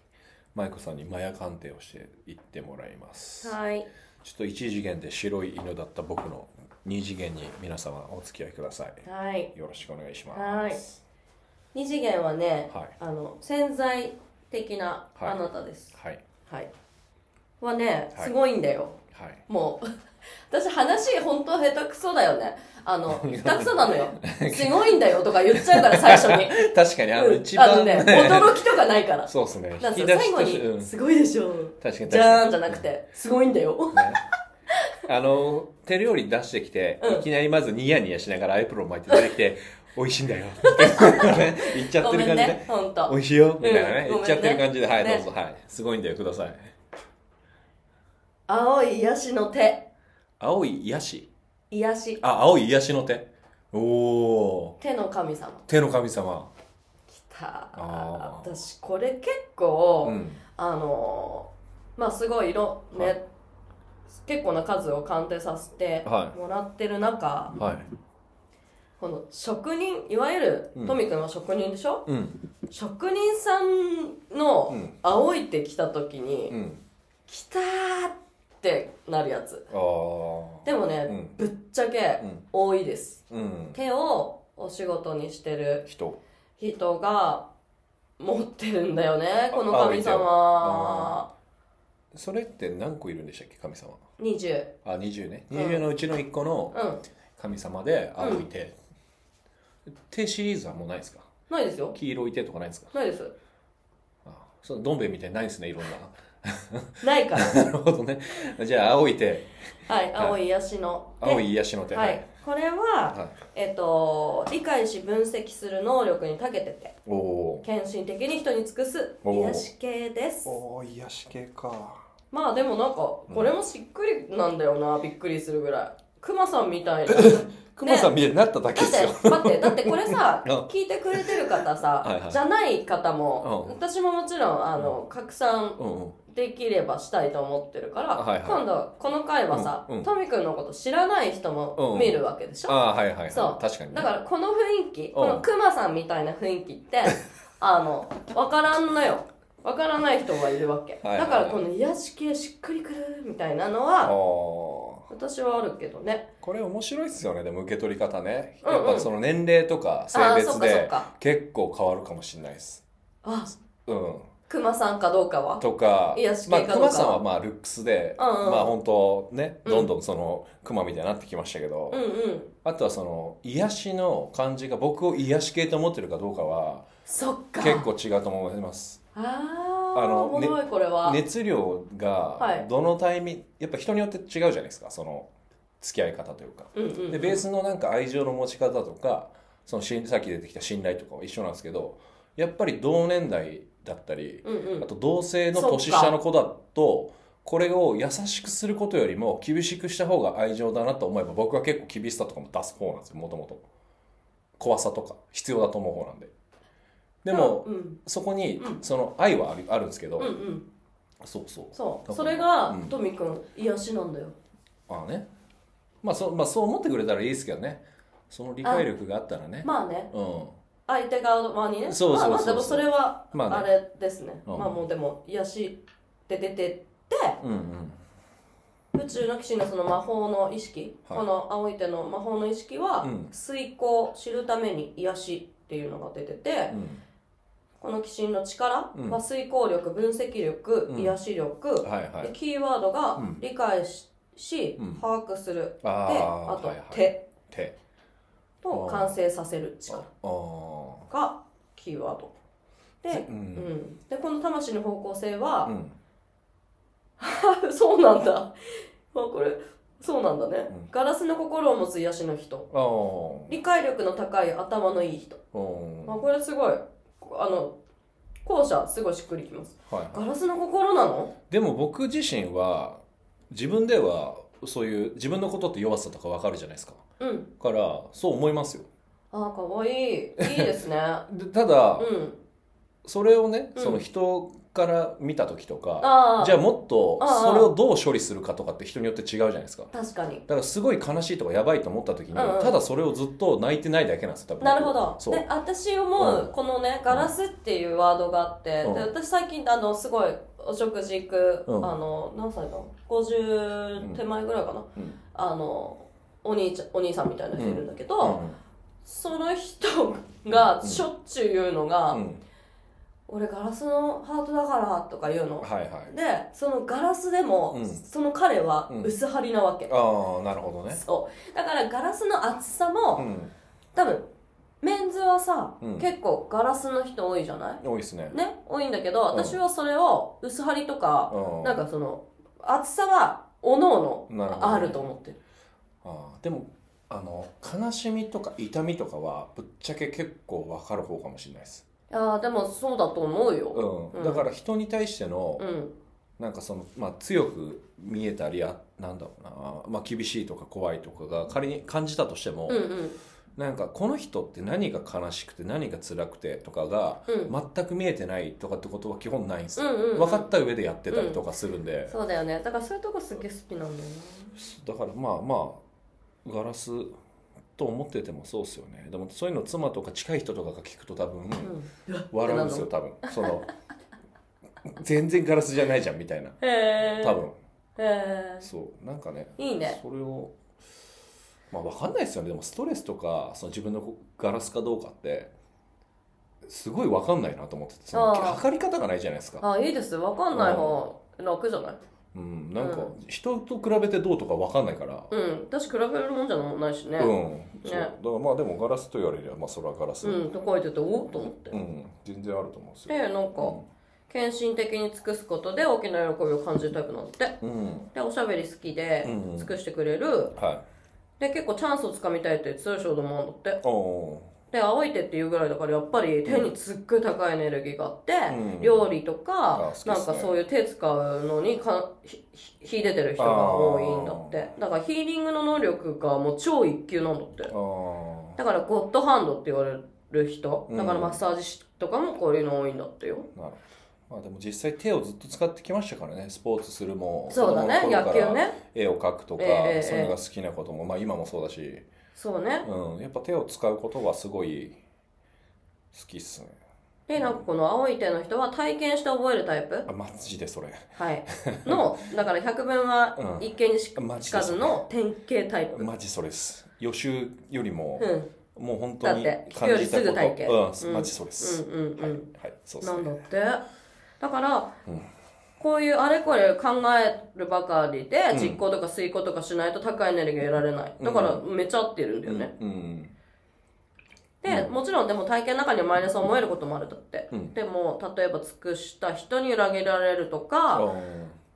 Speaker 1: 舞子さんにマヤ鑑定をしていってもらいます
Speaker 2: はい
Speaker 1: ちょっと一次元で白い犬だった僕の二次元に皆様お付き合いください
Speaker 2: はい
Speaker 1: よろしくお願いします
Speaker 2: 二次元はね、
Speaker 1: はい
Speaker 2: あの潜在的な
Speaker 1: はい
Speaker 2: あなたです
Speaker 1: はい
Speaker 2: はい、はね
Speaker 1: はい
Speaker 2: すごいんだよ、
Speaker 1: はい
Speaker 2: もう 私話本当下手くそだよね あの下手くそなのよすごいんだよとか言っちゃうから最初 に
Speaker 1: 確かにあの
Speaker 2: うん
Speaker 1: 一番、
Speaker 2: あのね驚きとかないから
Speaker 1: そうですね
Speaker 2: なんつう
Speaker 1: 引き
Speaker 2: の
Speaker 1: 出
Speaker 2: 最
Speaker 1: し
Speaker 2: 後
Speaker 1: として、う
Speaker 2: に「
Speaker 1: ん、
Speaker 2: すごいでしょ」
Speaker 1: 確かに確かに
Speaker 2: じゃーん」じゃなくて「すごいんだよ
Speaker 1: ねあの手料理出してきて、
Speaker 2: う
Speaker 1: い
Speaker 2: ん
Speaker 1: きなりまずニヤニヤしながらアイプロン巻いて出てきて「美味しいんだよ」 言っ」ちゃっ
Speaker 2: ご
Speaker 1: てる
Speaker 2: め
Speaker 1: 感
Speaker 2: ん
Speaker 1: じ
Speaker 2: ね
Speaker 1: ね
Speaker 2: ほん
Speaker 1: 「美
Speaker 2: と
Speaker 1: 味しいよ」みたいなね、
Speaker 2: うん
Speaker 1: 言っちゃってる感じで、はい
Speaker 2: ね
Speaker 1: どうぞはいすごいんだよください
Speaker 2: 青い癒しの手
Speaker 1: 青い癒し
Speaker 2: 癒し
Speaker 1: あ青い癒しの手おお
Speaker 2: 手の神様
Speaker 1: 手の神様
Speaker 2: きた
Speaker 1: あー
Speaker 2: 私これ結構、
Speaker 1: うん
Speaker 2: あのーまあすごい色ね、
Speaker 1: はい
Speaker 2: 結構な数を鑑定させて
Speaker 1: は
Speaker 2: もらってる中、
Speaker 1: はい
Speaker 2: この職人いわゆる
Speaker 1: うん
Speaker 2: トミ君は職人でしょ、
Speaker 1: うん
Speaker 2: 職人さん
Speaker 1: う
Speaker 2: の
Speaker 1: ん
Speaker 2: 青いって来た時に、
Speaker 1: うん
Speaker 2: 来たーってなるやつ
Speaker 1: ああ
Speaker 2: でもね、
Speaker 1: うん
Speaker 2: ぶっちゃけ
Speaker 1: うん
Speaker 2: 多いです
Speaker 1: うん
Speaker 2: 手をお仕事にしてる
Speaker 1: 人
Speaker 2: 人が持ってるんだよねこの
Speaker 1: 青い
Speaker 2: 神
Speaker 1: 手を
Speaker 2: 様
Speaker 1: それって何個いるんでしたっけ神様
Speaker 2: 20
Speaker 1: あ20ね
Speaker 2: うん
Speaker 1: 20のうちの1個の
Speaker 2: うん
Speaker 1: 神様で青い手、手シリーズはもうないですか
Speaker 2: ないですよ
Speaker 1: 黄色い手とかないですか
Speaker 2: ないです
Speaker 1: あそうどん兵衛みたいにないですねいろんな
Speaker 2: ないから
Speaker 1: なるほどねじゃあ青い手
Speaker 2: はい青い癒しの手
Speaker 1: 青い癒しの手
Speaker 2: はい、これ
Speaker 1: はい
Speaker 2: は、
Speaker 1: はい
Speaker 2: えっと理解し分析する能力に長けてて
Speaker 1: おお
Speaker 2: 献身的に人に尽くす
Speaker 1: おー
Speaker 2: 癒し系です
Speaker 1: おー癒し系か
Speaker 2: まあでもなんかこれもしっくりなんだよな、びっくりするぐらいクマさん みたいなだって
Speaker 1: 熊さんみたいになっただけですよ、
Speaker 2: 待ってだってこれさ
Speaker 1: うん
Speaker 2: 聞いてくれてる方さ
Speaker 1: はいはい
Speaker 2: じゃない方も、
Speaker 1: うん
Speaker 2: 私ももちろんあの拡散
Speaker 1: うんうん
Speaker 2: できればしたいと思ってるから、
Speaker 1: はいはい
Speaker 2: 今度この回はさ、
Speaker 1: うんうん
Speaker 2: トミ君のこと知らない人も見るわけでしょ、
Speaker 1: ああはいはい、はい、
Speaker 2: そう
Speaker 1: 確かにね
Speaker 2: だからこの雰囲気、こ
Speaker 1: う
Speaker 2: の
Speaker 1: ん
Speaker 2: クマさんみたいな雰囲気って、あの、わからんのよ。わからない人がいるわけ。
Speaker 1: はいはい
Speaker 2: だからこの癒し系しっくりくるみたいなの
Speaker 1: あ
Speaker 2: は、
Speaker 1: ー
Speaker 2: 私はあるけどね。
Speaker 1: これ面白いですよねでも受け取り方ね
Speaker 2: うん
Speaker 1: や
Speaker 2: う
Speaker 1: っ
Speaker 2: ん
Speaker 1: ぱその年齢とか性
Speaker 2: ああ、そ
Speaker 1: 別
Speaker 2: っかそっ
Speaker 1: で
Speaker 2: か。
Speaker 1: 結構変わるかもしれないです
Speaker 2: あ、
Speaker 1: うん
Speaker 2: クマさんかどうかは。
Speaker 1: とか、
Speaker 2: 癒し系
Speaker 1: まあ、
Speaker 2: かどうか
Speaker 1: 熊さんはまあルックスで、
Speaker 2: うんうん
Speaker 1: まあ本当ね、
Speaker 2: うん
Speaker 1: どんどんその熊みたいになってきましたけど、
Speaker 2: うんうん。
Speaker 1: あとはその癒しの感じが僕を癒し系と思ってるかどうかは
Speaker 2: そっか。
Speaker 1: 結。構違うと思います。
Speaker 2: ああ、
Speaker 1: あの
Speaker 2: おもろいこれは。
Speaker 1: 熱量
Speaker 2: は
Speaker 1: が
Speaker 2: い
Speaker 1: どのタイミング、やっぱ人によって違うじゃないですか、その付き合い方というか。
Speaker 2: うんうん。
Speaker 1: で、ベースのなんか愛情の持ち方とか、そのしさっき出てきた信頼とかは一緒なんですけど、やっぱり同年代だったり、
Speaker 2: うんう
Speaker 1: あ
Speaker 2: ん。
Speaker 1: と同性の年下の子だとこれを優しくすることよりも厳しくした方が愛情だなと思えば僕は結構厳しさとかも出す方なんですよもともと怖さとか必要だと思う方なんででも、
Speaker 2: うん
Speaker 1: そこに
Speaker 2: うん
Speaker 1: その愛はあるあるんですけど、
Speaker 2: うんうん。
Speaker 1: そうそう
Speaker 2: そう。
Speaker 1: だ
Speaker 2: そ
Speaker 1: から
Speaker 2: れが
Speaker 1: う、ん
Speaker 2: トミ君、癒しなんだよ。
Speaker 1: ああねまあそ,、まあ、そう思ってくれたらいいですけどねその理解力があったらね
Speaker 2: まあね。
Speaker 1: うん
Speaker 2: 相手側にね
Speaker 1: そうそうそうそう
Speaker 2: まあまあでもそれは
Speaker 1: まあね
Speaker 2: あれですね,、まあ
Speaker 1: うん
Speaker 2: もうでも癒しで出てって
Speaker 1: うんうん
Speaker 2: 宇宙の騎士のその魔法の意識、
Speaker 1: はい
Speaker 2: この青い手の魔法の意識は、
Speaker 1: うん
Speaker 2: 遂行知るために癒しっていうのが出てて、この鬼神の力
Speaker 1: うん
Speaker 2: は遂行力分析力、
Speaker 1: うん
Speaker 2: 癒し力、
Speaker 1: うん、はいは
Speaker 2: で
Speaker 1: い
Speaker 2: キーワードが
Speaker 1: うん
Speaker 2: 理解し,、し
Speaker 1: うん
Speaker 2: 把握するで
Speaker 1: あ
Speaker 2: あ
Speaker 1: あ
Speaker 2: と、
Speaker 1: はいはい
Speaker 2: 手
Speaker 1: 手
Speaker 2: と完成させる
Speaker 1: あ
Speaker 2: 力
Speaker 1: あ
Speaker 2: がキーワードで
Speaker 1: う,、
Speaker 2: うんん、でこの魂の方向性
Speaker 1: う
Speaker 2: は、
Speaker 1: ん
Speaker 2: そうなんだ、まあ、これそうなんだね、
Speaker 1: うん
Speaker 2: ガラスの心を持つ癒しの人
Speaker 1: あー
Speaker 2: 理解力の高い頭のいい人、
Speaker 1: うん
Speaker 2: まあ、
Speaker 1: は
Speaker 2: これすごいあの後者すごいしっくりきます
Speaker 1: いはい
Speaker 2: ガラスの心なの
Speaker 1: でも僕自身は自分ではそういう自分のことって弱さとかわかるじゃないですか
Speaker 2: うん
Speaker 1: だからそう思いますよ
Speaker 2: あーかわいいいいで すね
Speaker 1: でただ、
Speaker 2: うん
Speaker 1: それをね
Speaker 2: うん
Speaker 1: その人から見た時とか、
Speaker 2: ああ
Speaker 1: じゃあもっと
Speaker 2: ああ
Speaker 1: それをどう処理するかとかって人によって違うじゃないですかだ
Speaker 2: 確かに
Speaker 1: からすごい悲しいとかやばいと思った時に、
Speaker 2: うんうん
Speaker 1: ただそれをずっと泣いてないだけなんですよ多分
Speaker 2: なるほど
Speaker 1: そう
Speaker 2: で私思
Speaker 1: う
Speaker 2: うこのねガラスっていうワードがあって、
Speaker 1: うん
Speaker 2: で私最近あのすごいお食事行く、
Speaker 1: うん
Speaker 2: あの何歳だ50手前ぐらいかな、
Speaker 1: うん
Speaker 2: あのお兄ちゃんお兄さんみたいな人いるんだけど、
Speaker 1: うん
Speaker 2: その人が
Speaker 1: うん
Speaker 2: しょっちゅう言うのが「
Speaker 1: うん
Speaker 2: 俺ガラスのハートだから」とか言うの、
Speaker 1: はいはい
Speaker 2: でそのガラスでも、
Speaker 1: うん
Speaker 2: その彼は
Speaker 1: うん
Speaker 2: 薄張りなわけ、
Speaker 1: ああなるほどね
Speaker 2: そうだからガラスの厚さも、
Speaker 1: うん
Speaker 2: 多分メンズはさ、
Speaker 1: うん
Speaker 2: 結構ガラスの人多いじゃな
Speaker 1: 多いですね
Speaker 2: いね多いんだけど
Speaker 1: うん
Speaker 2: 私はそれを薄張りとか、
Speaker 1: うん
Speaker 2: なんかその厚さはおのお
Speaker 1: なるほど
Speaker 2: のあると思ってる
Speaker 1: ああでもあの悲しみとか痛みとかはぶっちゃけ結構わかる方かもしれないです、
Speaker 2: ああでもそうだと思うよ
Speaker 1: う、
Speaker 2: うんん
Speaker 1: だから人に対しての、
Speaker 2: うん、
Speaker 1: なんかその、まあ、強く見えたりあなんだろうな、まあ、厳しいとか怖いとかが仮に感じたとしても、
Speaker 2: うんうん
Speaker 1: なんかこの人って何が悲しくて何が辛くてとかが
Speaker 2: うん
Speaker 1: 全く見えてないとかってことは基本ないんですよ、
Speaker 2: うんうんうん
Speaker 1: 分かった上でやってたりとかするんで、
Speaker 2: そうだよねだからそういうとこすっげえ好きなんだよね
Speaker 1: だからまあまあガラスと思っててもそうですよねでもそういうの妻とか近い人とかが聞くと多分
Speaker 2: うん
Speaker 1: 笑うんですよ多分その全然ガラスじゃないじゃんみたいな
Speaker 2: へえ
Speaker 1: 多分
Speaker 2: へえ
Speaker 1: そうなんかね
Speaker 2: いいね
Speaker 1: それをまあ分かんないですよねでもストレスとかその自分のガラスかどうかってすごい分かんないなと思っててその
Speaker 2: ああ
Speaker 1: 測り方がないじゃないですか、
Speaker 2: ああいいですわかんない方楽じゃない
Speaker 1: うん、なんか
Speaker 2: う
Speaker 1: 人と比べてどうとか分かんないから、
Speaker 2: うん私比べるもんじゃないしね
Speaker 1: うん、そうだ
Speaker 2: ね
Speaker 1: からまあでもガラスと言われりゃ、まあ、それはガラス、
Speaker 2: うんと書いてておっと思って
Speaker 1: うん全然あると思うんですよ、
Speaker 2: でなんか、献身的に尽くすことで大きな喜びを感じるタイプなんだって
Speaker 1: うん
Speaker 2: でおしゃべり好きで
Speaker 1: うんうん
Speaker 2: 尽くしてくれる、
Speaker 1: は
Speaker 2: で結構チャンスをつかみたいって強い衝動もあるんだっ
Speaker 1: い
Speaker 2: て
Speaker 1: お
Speaker 2: で青い手っていうぐらいだからやっぱり手にすっごい高いエネルギーがあって、
Speaker 1: うん
Speaker 2: 料理と
Speaker 1: あ好
Speaker 2: か、
Speaker 1: きっすね
Speaker 2: なんかそういう手使うのにかひひ秀でてる人が多いんだってだからヒーリングの能力がもう超一級なんだって
Speaker 1: ーあ
Speaker 2: だからゴッドハンドって言われる人
Speaker 1: うん
Speaker 2: だからマッサージ師とかもこういうの多いんだってよ、
Speaker 1: ーなるほどまあでも実際手をずっと使ってきましたからねスポーツするも
Speaker 2: そうだね
Speaker 1: 子供の頃
Speaker 2: 野
Speaker 1: から
Speaker 2: 球ね
Speaker 1: 絵を描くとか、
Speaker 2: ええええ
Speaker 1: そういうのが好きなことも、まあ、今もそうだし、
Speaker 2: そうね
Speaker 1: うん、やっぱ手を使うことはすごい好きっすね
Speaker 2: でなんかこの青い手の人は体験して覚えるタイプ
Speaker 1: あマジでそれ
Speaker 2: はい のだから百聞は一見にし
Speaker 1: うんマジ
Speaker 2: 聞
Speaker 1: で
Speaker 2: か
Speaker 1: そう
Speaker 2: ずの典型タイプ
Speaker 1: マジそれです予習よりも、
Speaker 2: うん
Speaker 1: もう本当に
Speaker 2: だって聞く
Speaker 1: 感
Speaker 2: よ
Speaker 1: じ
Speaker 2: り
Speaker 1: た
Speaker 2: す
Speaker 1: こ
Speaker 2: ぐ体験
Speaker 1: と、う、
Speaker 2: うんん
Speaker 1: マジそれです、
Speaker 2: うんうんうん
Speaker 1: はい、はい、そうです
Speaker 2: なんだ
Speaker 1: ね
Speaker 2: ってだから、
Speaker 1: うん
Speaker 2: こういうあれこれ考えるばかりで
Speaker 1: うん
Speaker 2: 実行とか遂行とかしないと高いエネルギー得られないだからめっちゃ合ってるんだよね、
Speaker 1: うん
Speaker 2: で、もちろんでも体験の中にはマイナスを思えることもあるだって、
Speaker 1: うん
Speaker 2: でも例えば尽くした人に裏切られると
Speaker 1: あ
Speaker 2: か
Speaker 1: ー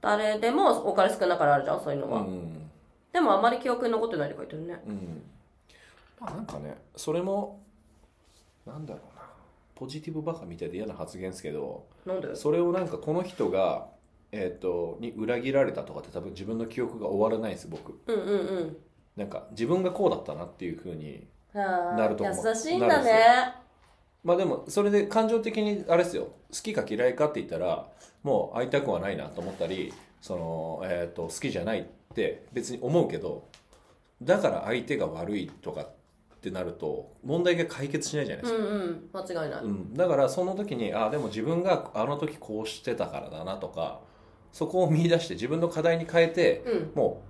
Speaker 2: 誰でもお金少なからあるじゃんそういうの
Speaker 1: う
Speaker 2: は、
Speaker 1: ん
Speaker 2: でもあまり記憶に残ってないって書いてるね
Speaker 1: うんまあなんかねそれもなんだろうなポジティブバカみたいで嫌な発言ですけど
Speaker 2: なんで
Speaker 1: それをなんかこの人がえっ、とに裏切られたとかって多分自分の記憶が終わらないです僕
Speaker 2: うんうんうん
Speaker 1: なんか自分がこうだったなっていう風に
Speaker 2: あー
Speaker 1: なると思う
Speaker 2: 優しいんだね
Speaker 1: まあでもそれで感情的にあれですよ好きか嫌いかって言ったらもう会いたくはないなと思ったりその、えー、と好きじゃないって別に思うけどだから相手が悪いとかってなると問題が解決しないじゃないで
Speaker 2: うん
Speaker 1: すか、
Speaker 2: うん間違いない、
Speaker 1: うんだからその時にあでも自分があの時こうしてたからだなとかそこを見出して自分の課題に変えて
Speaker 2: うん
Speaker 1: も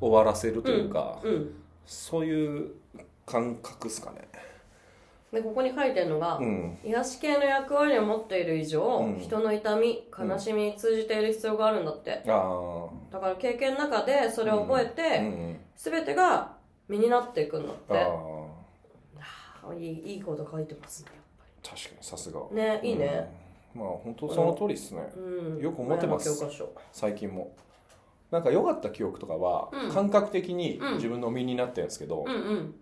Speaker 1: う終わらせるというか、
Speaker 2: うん
Speaker 1: そういう感覚ですかね。
Speaker 2: でここに書いてるのが、
Speaker 1: うん
Speaker 2: 癒し系の役割を持っている以上、
Speaker 1: うん
Speaker 2: 人の痛み悲しみに通じている必要があるんだって、
Speaker 1: あー
Speaker 2: だから経験の中でそれを覚えて、
Speaker 1: うん
Speaker 2: 全てが身になっていくんだっ
Speaker 1: あ
Speaker 2: て
Speaker 1: ー
Speaker 2: あいいいいこと書いてますねやっぱ
Speaker 1: 確かにさすが。
Speaker 2: りねいいね、
Speaker 1: うん。まあ本当その通りですね。
Speaker 2: うん
Speaker 1: よく思ってます
Speaker 2: 前の教科書
Speaker 1: 最近も。なんか良かった記憶とかは
Speaker 2: うん
Speaker 1: 感覚的に
Speaker 2: うん
Speaker 1: 自分の身になってるんですけど、
Speaker 2: うんうん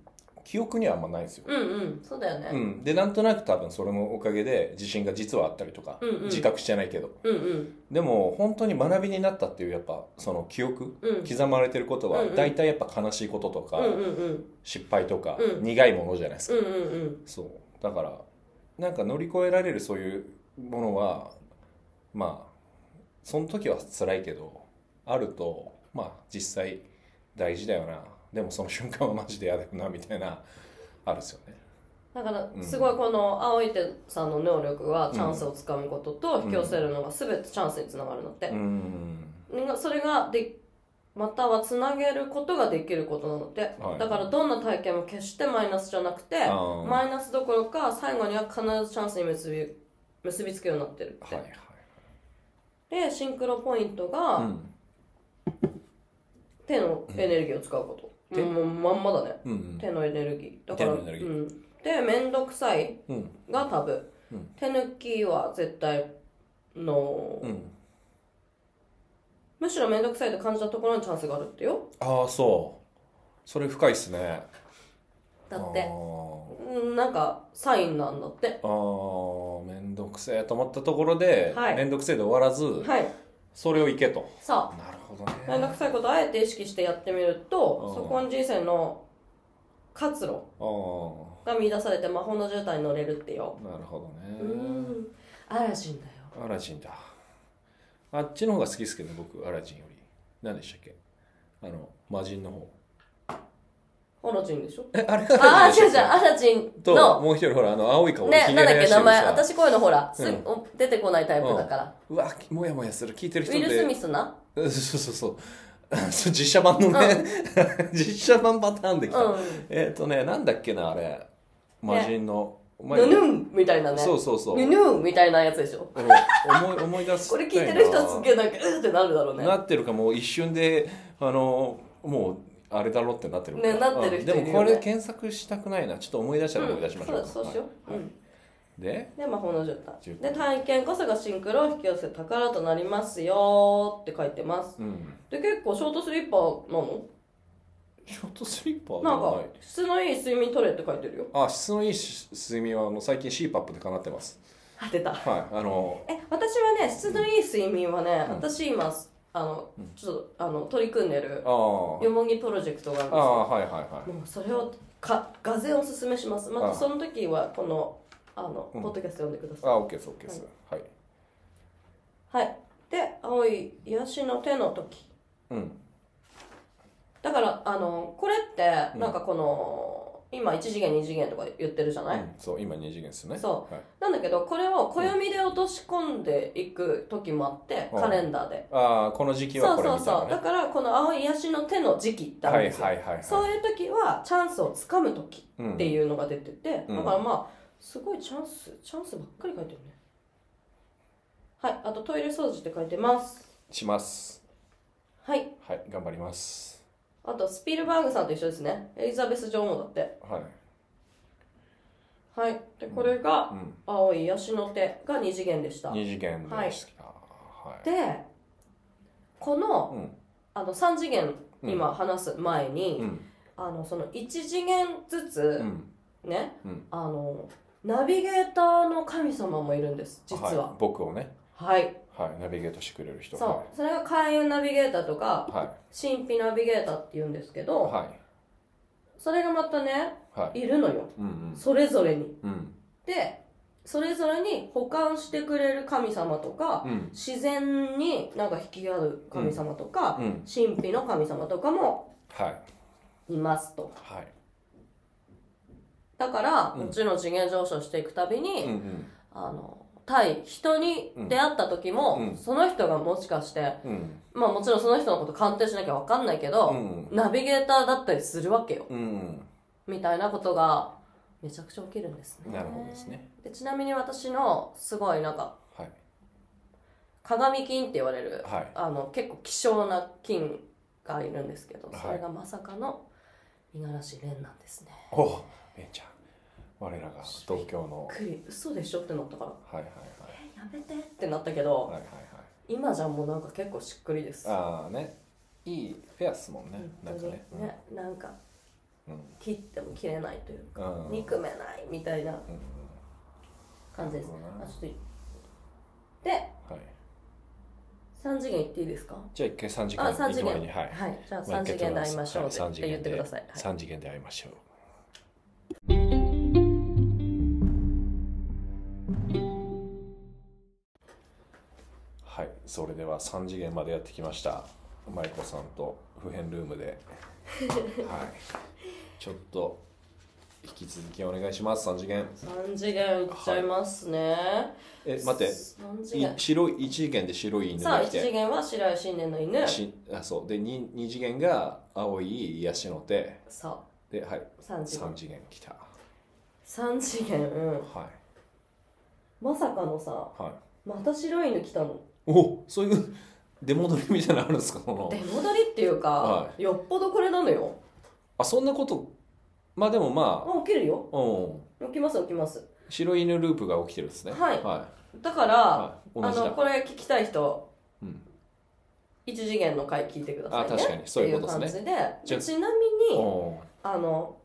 Speaker 1: 記憶にはあんまないんですよ。
Speaker 2: うんうんそうだよ
Speaker 1: う
Speaker 2: ね、
Speaker 1: ん、でなんとなく多分それのおかげで自信が実はあったりとか、
Speaker 2: うんうん
Speaker 1: 自覚してないけど
Speaker 2: うん、うん
Speaker 1: でも本当に学びになったっていうやっぱその記憶、
Speaker 2: うん
Speaker 1: 刻まれてることは
Speaker 2: うんうん
Speaker 1: 大体やっぱ悲しいこととか、
Speaker 2: うんうんうん
Speaker 1: 失敗とか、
Speaker 2: うん
Speaker 1: 苦いものじゃないです
Speaker 2: う
Speaker 1: か、
Speaker 2: んうんうん
Speaker 1: そうだからなんか乗り越えられるそういうものはまあその時は辛いけどあるとまあ実際大事だよなでもその瞬間はマジで嫌だよなみたいなあるんですよね
Speaker 2: だから
Speaker 1: うん
Speaker 2: すごいこの青い手さんの能力はチャンスをつかむことと引き寄せるのが全てチャンスにつながるのって
Speaker 1: う、ん
Speaker 2: がそれがでまたはつなげることができることなので、
Speaker 1: はい
Speaker 2: だからどんな体験も決してマイナスじゃなくて
Speaker 1: あー
Speaker 2: マイナスどころか最後には必ずチャンスに結び結びつくようになってるっ
Speaker 1: は
Speaker 2: て、
Speaker 1: いはい
Speaker 2: でシンクロポイントが、
Speaker 1: うん
Speaker 2: 手のエネルギーを使うこと、
Speaker 1: 手
Speaker 2: もうまんまだね
Speaker 1: うん
Speaker 2: 手のエネルギーだから
Speaker 1: 手のエネルギー
Speaker 2: うん、で面倒くさい
Speaker 1: うん
Speaker 2: がタブ、
Speaker 1: うん
Speaker 2: 手抜きは絶対の、
Speaker 1: うん
Speaker 2: むしろ面倒くさいと感じたところにチャンスがあるってよ
Speaker 1: ああそうそれ深いっすね
Speaker 2: だっ
Speaker 1: あ
Speaker 2: て
Speaker 1: ー
Speaker 2: うんなんかサインなんだって
Speaker 1: あーめんどくせえと思ったところで、
Speaker 2: はい
Speaker 1: めんどくせえで終わらず、
Speaker 2: はい
Speaker 1: それをいけと
Speaker 2: さ
Speaker 1: なるほど
Speaker 2: あ面倒くさいことをあえて意識してやってみると
Speaker 1: うん
Speaker 2: そこの人生の活路
Speaker 1: あ
Speaker 2: が見出されて魔法の絨毯に乗れるってよ
Speaker 1: あなるほ
Speaker 2: う
Speaker 1: どね
Speaker 2: ん嵐んだよ
Speaker 1: アラジンだあっちの方が好きですけど僕アラジンより何でしたっけあの魔人の方
Speaker 2: オロチンでしょ
Speaker 1: えあれが
Speaker 2: ああ
Speaker 1: アラ
Speaker 2: ー
Speaker 1: ジンで
Speaker 2: 違う違う
Speaker 1: したっ
Speaker 2: アラジン
Speaker 1: けと
Speaker 2: の
Speaker 1: もう一人ほらあの青い顔で
Speaker 2: ね
Speaker 1: ひげ
Speaker 2: なんだっけ名前
Speaker 1: 生やしてるさ
Speaker 2: 私こういうのほらす
Speaker 1: うん
Speaker 2: お出てこないタイプだから
Speaker 1: うわもやもやする聞いてる
Speaker 2: ウ
Speaker 1: 人で
Speaker 2: ィル・スミスな
Speaker 1: そうそうそう。そう 実写版のね、 実写版パターンできた。
Speaker 2: う
Speaker 1: えっ、とね、なんだっけな、あれ。魔人の。お
Speaker 2: んヌヌンみたいなね
Speaker 1: そうそうそう。
Speaker 2: ヌヌンみたいなやつでしょ
Speaker 1: うん思い思い出す。
Speaker 2: これ聞いてる人はすげえなんかうーってなるだろうね
Speaker 1: なってるかもう一瞬で、あの、もう、あれだろってなってるから
Speaker 2: ねなってる人
Speaker 1: う
Speaker 2: い
Speaker 1: ん
Speaker 2: るよね
Speaker 1: でもこれ検索したくないな。ちょっと思い出したら思い出しましょう。
Speaker 2: うんそうだそうしよう、
Speaker 1: はい
Speaker 2: うん
Speaker 1: で、
Speaker 2: で魔法の絨
Speaker 1: 絨
Speaker 2: 毯
Speaker 1: 毯
Speaker 2: で体験こそがシンクロを引き寄せ宝となりますよーって書いてます
Speaker 1: うん。
Speaker 2: で結構ショートスリッパなの
Speaker 1: ショートスリッパ
Speaker 2: なん
Speaker 1: でも
Speaker 2: か
Speaker 1: い
Speaker 2: 質のいい睡眠取れって書いてるよ
Speaker 1: あ、質のいいし睡眠はあの最近 CPAP で叶ってます。
Speaker 2: あ出た
Speaker 1: はい。あの、
Speaker 2: え私はね質のいい睡眠はね、
Speaker 1: うん
Speaker 2: 私今あのちょっとあの取り組んでる
Speaker 1: ああ。
Speaker 2: よもぎプロジェクトがあるん
Speaker 1: あ
Speaker 2: ですよ
Speaker 1: あはいはいはい
Speaker 2: もうそれをかがぜんおすすめしますま
Speaker 1: あ
Speaker 2: た
Speaker 1: あ
Speaker 2: その時はこのあの、
Speaker 1: うん
Speaker 2: ポッドキャスト読んでください
Speaker 1: あオッケーですオッケーですはい、
Speaker 2: はいで青い癒しの手の時
Speaker 1: うん
Speaker 2: だからあのこれって
Speaker 1: うん
Speaker 2: なんかこの、今1次元2次元とか言ってるじゃない、
Speaker 1: うんそう今二次元ですよね
Speaker 2: そう
Speaker 1: はい
Speaker 2: なんだけどこれを暦で落とし込んでいく時もあって、
Speaker 1: うん
Speaker 2: カレンダーで、
Speaker 1: ああこの時期はこ
Speaker 2: そう
Speaker 1: れ
Speaker 2: そ
Speaker 1: み
Speaker 2: う
Speaker 1: たいな
Speaker 2: そうだ
Speaker 1: ね
Speaker 2: からこの青い癒しの手の時期ってあ
Speaker 1: は
Speaker 2: るん
Speaker 1: い
Speaker 2: ですよ、
Speaker 1: はいはいはい
Speaker 2: そういう時はチャンスをつかむ時
Speaker 1: うん
Speaker 2: っていうのが出てて、
Speaker 1: うん
Speaker 2: だからまあすごいチャンスチャンスばっかり書いてるねはいあとトイレ掃除って書いてます
Speaker 1: します
Speaker 2: はい
Speaker 1: はい頑張ります
Speaker 2: あとスピルバーグさんと一緒ですねエリザベス女王だって
Speaker 1: はい
Speaker 2: はいでこれが
Speaker 1: うん
Speaker 2: 青い癒しの手が2次元でした
Speaker 1: 二次元でしたはい
Speaker 2: でこの
Speaker 1: うん
Speaker 2: あの3次元
Speaker 1: うん
Speaker 2: 今話す前に、
Speaker 1: うん
Speaker 2: あのその1次元ず
Speaker 1: う
Speaker 2: つ
Speaker 1: ん
Speaker 2: ね、
Speaker 1: うん
Speaker 2: あのナビゲーターの神様もいるんです実
Speaker 1: い
Speaker 2: は
Speaker 1: 僕をね
Speaker 2: はい
Speaker 1: はいナビゲートしてくれる人
Speaker 2: そうそれが開運ナビゲーターとか
Speaker 1: は
Speaker 2: 神秘ナビゲーターって言うんですけ
Speaker 1: い
Speaker 2: ど、
Speaker 1: はい
Speaker 2: それがまたね
Speaker 1: はい
Speaker 2: いるのよ
Speaker 1: うんうん
Speaker 2: それぞれに
Speaker 1: うん
Speaker 2: でそれぞれに保管してくれる神様とか、
Speaker 1: うん
Speaker 2: 自然になんか引き合う神様とか、
Speaker 1: うん
Speaker 2: 神秘の神様とかも
Speaker 1: はい
Speaker 2: いますと
Speaker 1: はい
Speaker 2: だから、
Speaker 1: うん
Speaker 2: うちの次元上昇していくたびに、
Speaker 1: うんうん
Speaker 2: あの対人に出会った時も、
Speaker 1: うん
Speaker 2: その人がもしかして、
Speaker 1: うん
Speaker 2: まあもちろんその人のこと鑑定しなきゃわかんないけ
Speaker 1: う
Speaker 2: ど、
Speaker 1: ん
Speaker 2: ナビゲーターだったりするわけよ。
Speaker 1: うん
Speaker 2: みたいなことが、めちゃくちゃ起きるんですね。
Speaker 1: なるほどですね
Speaker 2: で。ちなみに私の、すごいなんか、
Speaker 1: はい
Speaker 2: 鏡菌って言われる、
Speaker 1: はい
Speaker 2: あの、結構希少な菌がいるんですけど
Speaker 1: は、い
Speaker 2: それがまさかの、五十嵐蓮なんですね。
Speaker 1: おめいちゃん我らが東京の
Speaker 2: びっくり、嘘でしょってなったから、
Speaker 1: はいはい
Speaker 2: え、やめてってなったけど、
Speaker 1: はいはいはいはい
Speaker 2: 今じゃもうなんか結構しっくりです。
Speaker 1: ああねいいフェアっすもんね
Speaker 2: 本当
Speaker 1: なん
Speaker 2: に
Speaker 1: かね
Speaker 2: ね、なんか
Speaker 1: うん
Speaker 2: 切っても切れないというか、
Speaker 1: うん
Speaker 2: 憎めないみたいな
Speaker 1: うん
Speaker 2: 感じです。
Speaker 1: なるほどな
Speaker 2: あちょっといいで
Speaker 1: はい
Speaker 2: 三次元行っていいですか？
Speaker 1: じゃあ一回三次
Speaker 2: あ
Speaker 1: 元
Speaker 2: 三
Speaker 1: 行
Speaker 2: 次
Speaker 1: く
Speaker 2: 元
Speaker 1: 前にはい
Speaker 2: じゃあ
Speaker 1: も
Speaker 2: 三
Speaker 1: 一回
Speaker 2: 次元
Speaker 1: 撮
Speaker 2: で会い
Speaker 1: り
Speaker 2: ま
Speaker 1: ま
Speaker 2: し
Speaker 1: す
Speaker 2: ょう
Speaker 1: は
Speaker 2: っ
Speaker 1: い
Speaker 2: て
Speaker 1: 三次元
Speaker 2: 言っ
Speaker 1: で
Speaker 2: てください。はい、
Speaker 1: 三次元で会いましょうはいそれでは3次元までやってきました舞子さんと普遍ルー ムではいちょっと引き続きお願いします3次元
Speaker 2: 三次元行っちゃいますね。
Speaker 1: え待って
Speaker 2: 三
Speaker 1: い
Speaker 2: 次元。
Speaker 1: 白い1次元で白い犬
Speaker 2: さ
Speaker 1: が
Speaker 2: あ
Speaker 1: 来
Speaker 2: 一次
Speaker 1: て
Speaker 2: 元は白い新年の犬。さ
Speaker 1: しあそうで 2, 二次元が青い癒しの手
Speaker 2: あ
Speaker 1: ではい
Speaker 2: 三次元。
Speaker 1: 3次元来た
Speaker 2: 三次元、うん
Speaker 1: は
Speaker 2: まさかのさ
Speaker 1: いはい
Speaker 2: また白い犬来たの。
Speaker 1: おそういう出戻りみたいなのあるんですかその
Speaker 2: 出戻りっていうか、
Speaker 1: は
Speaker 2: よっぽどこれなのよ。
Speaker 1: あそんなことまあでもま
Speaker 2: あ起きるよ。
Speaker 1: あ、うん、
Speaker 2: 起きます起きます
Speaker 1: 白犬ループが起きてるんですね
Speaker 2: はい
Speaker 1: は
Speaker 2: だから、
Speaker 1: はい、同
Speaker 2: あ
Speaker 1: じだ
Speaker 2: のこれ聞きたい人
Speaker 1: うん、
Speaker 2: 一次元の回聞いてくださいね
Speaker 1: あ確かにそういうことです
Speaker 2: ねっ
Speaker 1: じ
Speaker 2: ていう感じで
Speaker 1: ゃあ
Speaker 2: でちなみ
Speaker 1: う
Speaker 2: に
Speaker 1: ん
Speaker 2: あの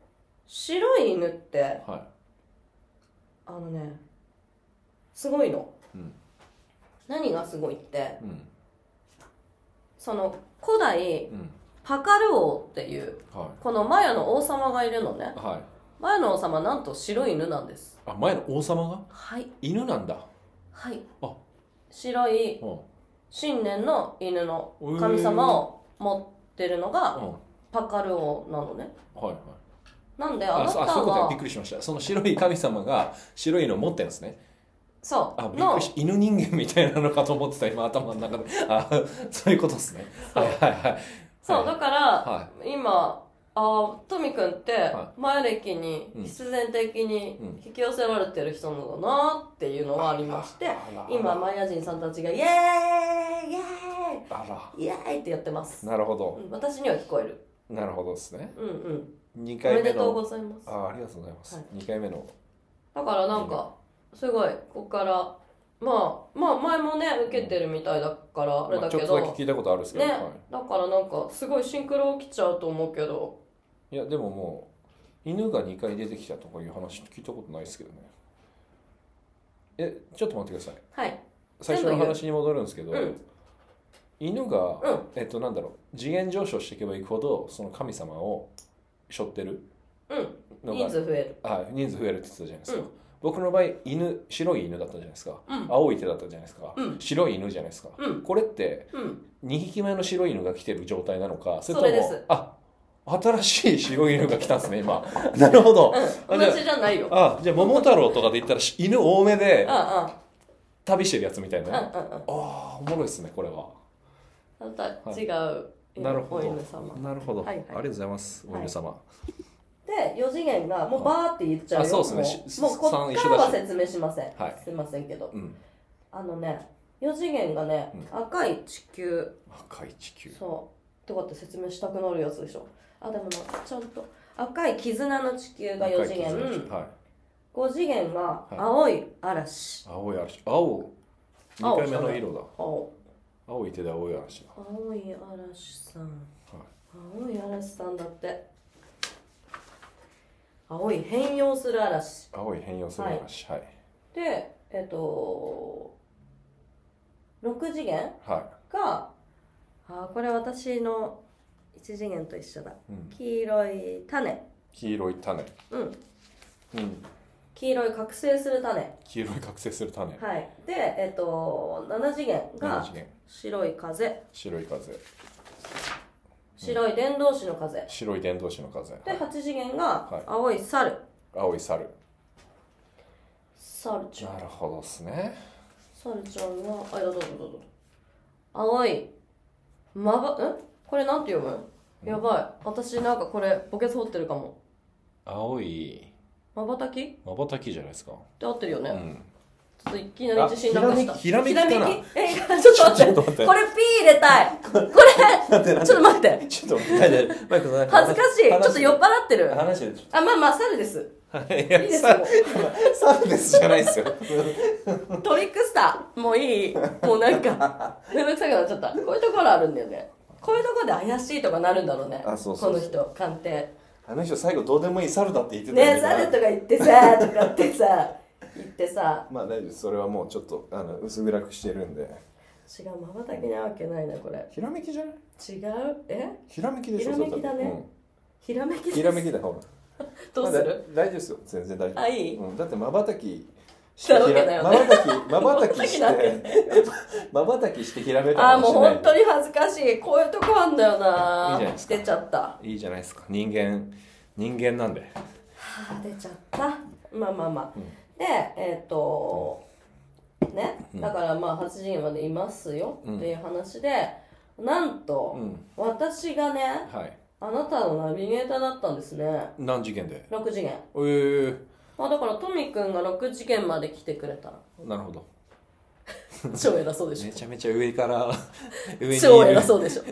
Speaker 2: 白い犬って
Speaker 1: は
Speaker 2: あのねすごいの
Speaker 1: い、うん
Speaker 2: 何がすごいって
Speaker 1: うん
Speaker 2: その古代
Speaker 1: うん
Speaker 2: パカル王っていう
Speaker 1: は
Speaker 2: このマヤの王様がいるのね
Speaker 1: いはい
Speaker 2: マヤの王様はなんと白い犬なんです
Speaker 1: あ前の王様が
Speaker 2: はい
Speaker 1: 犬なんだ
Speaker 2: はい
Speaker 1: あ
Speaker 2: 白い
Speaker 1: うん
Speaker 2: 新年の犬の神様を持ってるの
Speaker 1: うん
Speaker 2: が
Speaker 1: はい
Speaker 2: パカル王なのね
Speaker 1: はい
Speaker 2: なんであ
Speaker 1: あ
Speaker 2: なた
Speaker 1: そうあそういうことねびっ
Speaker 2: は
Speaker 1: くりしましたその白い神様が白いの持ってるんですね
Speaker 2: そ
Speaker 1: あび
Speaker 2: う
Speaker 1: っく
Speaker 2: の
Speaker 1: りし犬人間みたいなのかと思ってた今頭の中であそういうことですね
Speaker 2: そう
Speaker 1: はいはいはい
Speaker 2: そ
Speaker 1: は
Speaker 2: う
Speaker 1: い
Speaker 2: だから、
Speaker 1: は
Speaker 2: 今あトミ君って
Speaker 1: は
Speaker 2: 前歴に
Speaker 1: うん
Speaker 2: 必然的に
Speaker 1: うん
Speaker 2: 引き寄せられてる人なのだなっていうのはありまして
Speaker 1: あら
Speaker 2: 今マヤ人さんたちがイエーイイエ
Speaker 1: あら
Speaker 2: ーイイエーイってやってます
Speaker 1: なるほど
Speaker 2: うん私には聞こえる
Speaker 1: なるほどですね
Speaker 2: うんう
Speaker 1: 2
Speaker 2: んおめ
Speaker 1: 回
Speaker 2: で
Speaker 1: 目
Speaker 2: とうご
Speaker 1: の
Speaker 2: ざいます
Speaker 1: あありがとうございます、
Speaker 2: はい
Speaker 1: 2回目の
Speaker 2: だからなんかすごいここからまあまあ前もね受けてるみたいだからあれ
Speaker 1: ま
Speaker 2: だ
Speaker 1: あちょ
Speaker 2: け
Speaker 1: っと
Speaker 2: ど、
Speaker 1: だけ聞いたことあるんですけど、
Speaker 2: ね
Speaker 1: は
Speaker 2: だからなんかすごいシンクロ起きちゃうと思うけど
Speaker 1: い、いやでももう犬が2回出てきたとかいう話聞いたことないですけどねえちょっと待ってください
Speaker 2: はい
Speaker 1: 最初の話に戻るんですけど、
Speaker 2: うん
Speaker 1: 犬が、
Speaker 2: うん
Speaker 1: えっとなんだろう次元上昇していけばいくほどその神様を背負ってる
Speaker 2: うん
Speaker 1: の
Speaker 2: 人
Speaker 1: が
Speaker 2: 数増える
Speaker 1: あ人数増えるって言ってたじゃないですか、
Speaker 2: うん
Speaker 1: 僕の場合犬白い犬だったじゃないですか、
Speaker 2: うん
Speaker 1: 青い手だったじゃないですか、
Speaker 2: うん
Speaker 1: 白い犬じゃないですか、
Speaker 2: うん
Speaker 1: これって
Speaker 2: うん
Speaker 1: 2匹目の白い犬が来てる状態なのかそれと
Speaker 2: それで
Speaker 1: も
Speaker 2: す
Speaker 1: あ新しい白い犬が来たんですね 今なるほど
Speaker 2: う
Speaker 1: あ
Speaker 2: ん
Speaker 1: じゃ
Speaker 2: 同じじゃない よ
Speaker 1: ああじゃあ桃太郎とかで言ったらし犬多め
Speaker 2: う
Speaker 1: で
Speaker 2: んう
Speaker 1: 旅してるやつみたいな、
Speaker 2: んう
Speaker 1: あ
Speaker 2: ん
Speaker 1: あおもろいですねこれは
Speaker 2: うんうんまた違う
Speaker 1: なるほ
Speaker 2: お
Speaker 1: ど
Speaker 2: 犬様
Speaker 1: なるほど、
Speaker 2: はいはい
Speaker 1: ありがとうございますお犬様、
Speaker 2: で4次元がもうバーって言っちゃうよ
Speaker 1: あそうですねし
Speaker 2: もうもうこっ
Speaker 1: 三一
Speaker 2: か
Speaker 1: 緒
Speaker 2: ら
Speaker 1: だし
Speaker 2: は説明しません
Speaker 1: はい
Speaker 2: すいませんけど
Speaker 1: うん
Speaker 2: あのね4次元がね
Speaker 1: うん
Speaker 2: 赤い地球
Speaker 1: 赤い地球
Speaker 2: そうとかって説明したくなるやつでしょあでもなちゃんと赤い絆の地球が4次元
Speaker 1: 赤い地球はい
Speaker 2: 5次元が
Speaker 1: い
Speaker 2: 青い嵐、
Speaker 1: 青い嵐青2
Speaker 2: 青
Speaker 1: 回目の色だ
Speaker 2: 青
Speaker 1: 青い手で青い嵐だ
Speaker 2: 青い嵐さん
Speaker 1: はい
Speaker 2: 青い嵐さんだって青い変容する嵐
Speaker 1: 青い変容する嵐はい
Speaker 2: でえっと6次元
Speaker 1: はい、
Speaker 2: があーこれ私の1次元と一緒だ
Speaker 1: うん、
Speaker 2: 黄色い種
Speaker 1: 黄色い種
Speaker 2: うん
Speaker 1: うん
Speaker 2: 黄色い覚醒する種
Speaker 1: 黄色い覚醒する種
Speaker 2: はいでえっと7次元
Speaker 1: 7
Speaker 2: が
Speaker 1: 次元
Speaker 2: 白い風
Speaker 1: 白い風
Speaker 2: 白い伝道師の風
Speaker 1: 白い伝道師の風
Speaker 2: で8次元が
Speaker 1: はい
Speaker 2: 青い猿
Speaker 1: 青い猿
Speaker 2: サルちゃん
Speaker 1: なるほどですね
Speaker 2: サルちゃんはあどうぞどうぞどうぞ青いまばんこれなんて読むやばい私なんかこれボケ掘ってるかも
Speaker 1: 青い
Speaker 2: まばたきって
Speaker 1: まばたきじゃないですか、
Speaker 2: 合ってるよね、
Speaker 1: うん、
Speaker 2: ちょっといきなり自信なくした
Speaker 1: あひらめきひらめきかな
Speaker 2: ひらめきえちょっと待
Speaker 1: ち
Speaker 2: って
Speaker 1: ょっと待って
Speaker 2: これピー入れたいこ れちょっと待って
Speaker 1: ちょっと待ってマイクさん
Speaker 2: 恥ずかしいちょっと酔っ払ってる
Speaker 1: 話してちょっ
Speaker 2: あまあまあ猿です
Speaker 1: とい
Speaker 2: いい
Speaker 1: や
Speaker 2: です
Speaker 1: さ
Speaker 2: よ
Speaker 1: サルですじゃないですよ
Speaker 2: トリックスターもういいもうなん かめんどくさくなっちゃったこういうところあるんだよねこういうところで怪しいとかなるんだろうね
Speaker 1: あそうそうそう
Speaker 2: この人鑑定
Speaker 1: あの人最後どうでもいい猿だって言って
Speaker 2: ねえ
Speaker 1: た
Speaker 2: 猿
Speaker 1: よ
Speaker 2: とか言ってさとかってさ 言ってさ
Speaker 1: まあ大丈夫ですそれはもうちょっとあの薄暗くしてるんで
Speaker 2: 違うまばたきなわけないなこれ
Speaker 1: ひらめきじゃない
Speaker 2: 違うえ
Speaker 1: ひらめきでしょ
Speaker 2: ひらめきだ
Speaker 1: そ
Speaker 2: ね
Speaker 1: れ多分
Speaker 2: ひらめき
Speaker 1: うん
Speaker 2: です
Speaker 1: ひらめきだほら
Speaker 2: どうする
Speaker 1: まあだ大丈夫ですよ全然大丈夫
Speaker 2: あいい
Speaker 1: うん、だってまばたきし
Speaker 2: したわけだよ
Speaker 1: ま
Speaker 2: ね
Speaker 1: ばたきまばたきし
Speaker 2: まばたきな
Speaker 1: て
Speaker 2: ん
Speaker 1: まばたきしてひらめいた
Speaker 2: あー
Speaker 1: かも
Speaker 2: もう
Speaker 1: しれない
Speaker 2: 本当に恥ずかしいこういうとこあんだよない
Speaker 1: いじゃないですか
Speaker 2: 出ちゃった
Speaker 1: いいじゃないですか人間人間なんで
Speaker 2: あー出ちゃったまあまあまあ、
Speaker 1: うん
Speaker 2: でえっ、とねだからまあ8時までいますよ
Speaker 1: うん
Speaker 2: っていう話で、なんと、
Speaker 1: うん
Speaker 2: 私がね
Speaker 1: はい
Speaker 2: あなたのナビゲーターだったんですね
Speaker 1: 何事件で
Speaker 2: 6次元
Speaker 1: えー、
Speaker 2: まあだからトミ君が6次元まで来てくれた
Speaker 1: なるほど
Speaker 2: 超偉そうでし
Speaker 1: め
Speaker 2: ょ
Speaker 1: ちゃめちゃ上から上にいる
Speaker 2: 超偉そう でしょ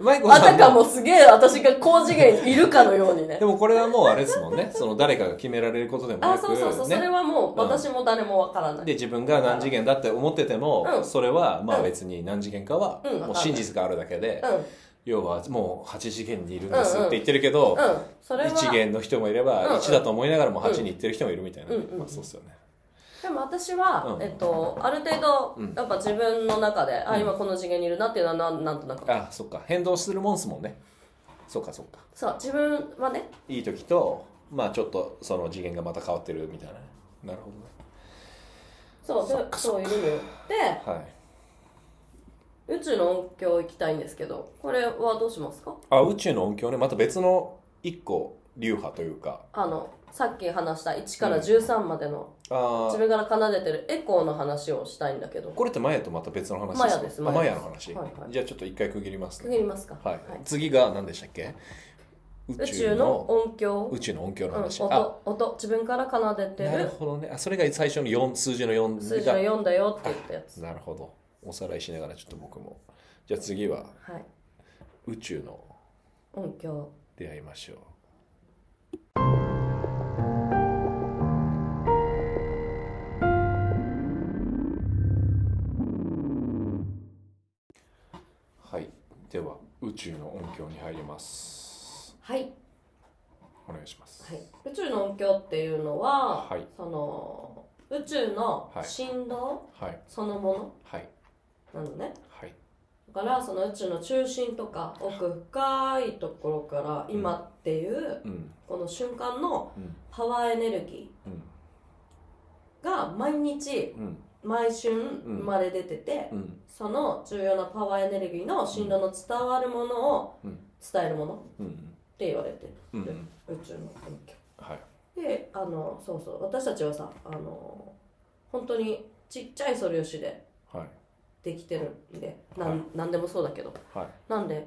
Speaker 1: マイコさ
Speaker 2: あ
Speaker 1: ん
Speaker 2: たかもすげえ私が高次元いるかのようにね
Speaker 1: でもこれはもうあれですも んねその誰かが決められることでもな
Speaker 2: あ
Speaker 1: く
Speaker 2: そうそうそう、
Speaker 1: ね
Speaker 2: それはもう私も誰もわからない、
Speaker 1: で自分が何次元だって思ってても、
Speaker 2: うん
Speaker 1: それはまあ別に何次元かは
Speaker 2: うん
Speaker 1: もう真実があるだけで、
Speaker 2: うん
Speaker 1: 要はもう8次元にいるんですって言ってるけど、
Speaker 2: うんそれは
Speaker 1: 1元の人もいれ
Speaker 2: うんう
Speaker 1: ば
Speaker 2: ん
Speaker 1: 1だと思いながらも8に行ってる人もいるみたいな、
Speaker 2: うんうんうん
Speaker 1: まあ、そうっすよね、
Speaker 2: でも私は、
Speaker 1: うん
Speaker 2: えっと、ある程度、
Speaker 1: うん
Speaker 2: やっぱ自分の中で、あ今この次元にいるなっていうのはなんなんとなく
Speaker 1: あそっか変動するもんっすもんねそっかそっか
Speaker 2: そう自分はね
Speaker 1: いい時とまあちょっとその次元がまた変わってるみたいななるほ
Speaker 2: そうでそういるのよで
Speaker 1: どねはい
Speaker 2: 宇宙の音響行きたいんですけどこれはどうしますか
Speaker 1: あ宇宙の音響ねまた別の一個流派というか
Speaker 2: あのさっき話した1から13までの、
Speaker 1: あ
Speaker 2: 自
Speaker 1: あ
Speaker 2: 分から奏でてるエコーの話をしたいんだけど
Speaker 1: これってマヤとまた別の話
Speaker 2: マヤです
Speaker 1: かあマ
Speaker 2: マヤ
Speaker 1: ヤ
Speaker 2: で
Speaker 1: の
Speaker 2: す
Speaker 1: 話、
Speaker 2: はいはい
Speaker 1: じゃあちょっと一回区切ります
Speaker 2: 区切
Speaker 1: ね
Speaker 2: りますか、
Speaker 1: はい、次が何でしたっけ宇
Speaker 2: 宇宙の音響
Speaker 1: 宇宙の音響の
Speaker 2: うん、
Speaker 1: 話、あ
Speaker 2: 音音自分から奏でて
Speaker 1: なる
Speaker 2: る
Speaker 1: ほどねあそれが最初の4数字の4
Speaker 2: 数字の4だよって言ったやつ
Speaker 1: なるほどおさらいしながらちょっと僕もじゃあ次は
Speaker 2: はい
Speaker 1: 宇宙の
Speaker 2: 音響
Speaker 1: 出会いましょうはいでは宇宙の音響に入ります
Speaker 2: はい
Speaker 1: お願いします
Speaker 2: はい、宇宙の音響っていうのは、
Speaker 1: はい
Speaker 2: その宇宙の振動
Speaker 1: はい
Speaker 2: そのも
Speaker 1: はい
Speaker 2: のなのね
Speaker 1: はい
Speaker 2: だからその宇宙の中心とか奥深いところから今っていう
Speaker 1: うん
Speaker 2: この瞬間の
Speaker 1: うん
Speaker 2: パワーエネルギ
Speaker 1: うん
Speaker 2: ーが毎日
Speaker 1: うん
Speaker 2: 毎瞬生まれ出てて、
Speaker 1: うん
Speaker 2: その重要なパワーエネルギーの振動の伝わるものを
Speaker 1: うん
Speaker 2: 伝えるものっ
Speaker 1: うん
Speaker 2: て言われて
Speaker 1: う
Speaker 2: る、
Speaker 1: んうん
Speaker 2: 宇宙の音響
Speaker 1: はい
Speaker 2: であのそうそう私たちはさあの本当にちっちゃい素粒子で
Speaker 1: はい
Speaker 2: できてるんでなん,、
Speaker 1: はい
Speaker 2: なんでもそうだけど
Speaker 1: はい
Speaker 2: なんで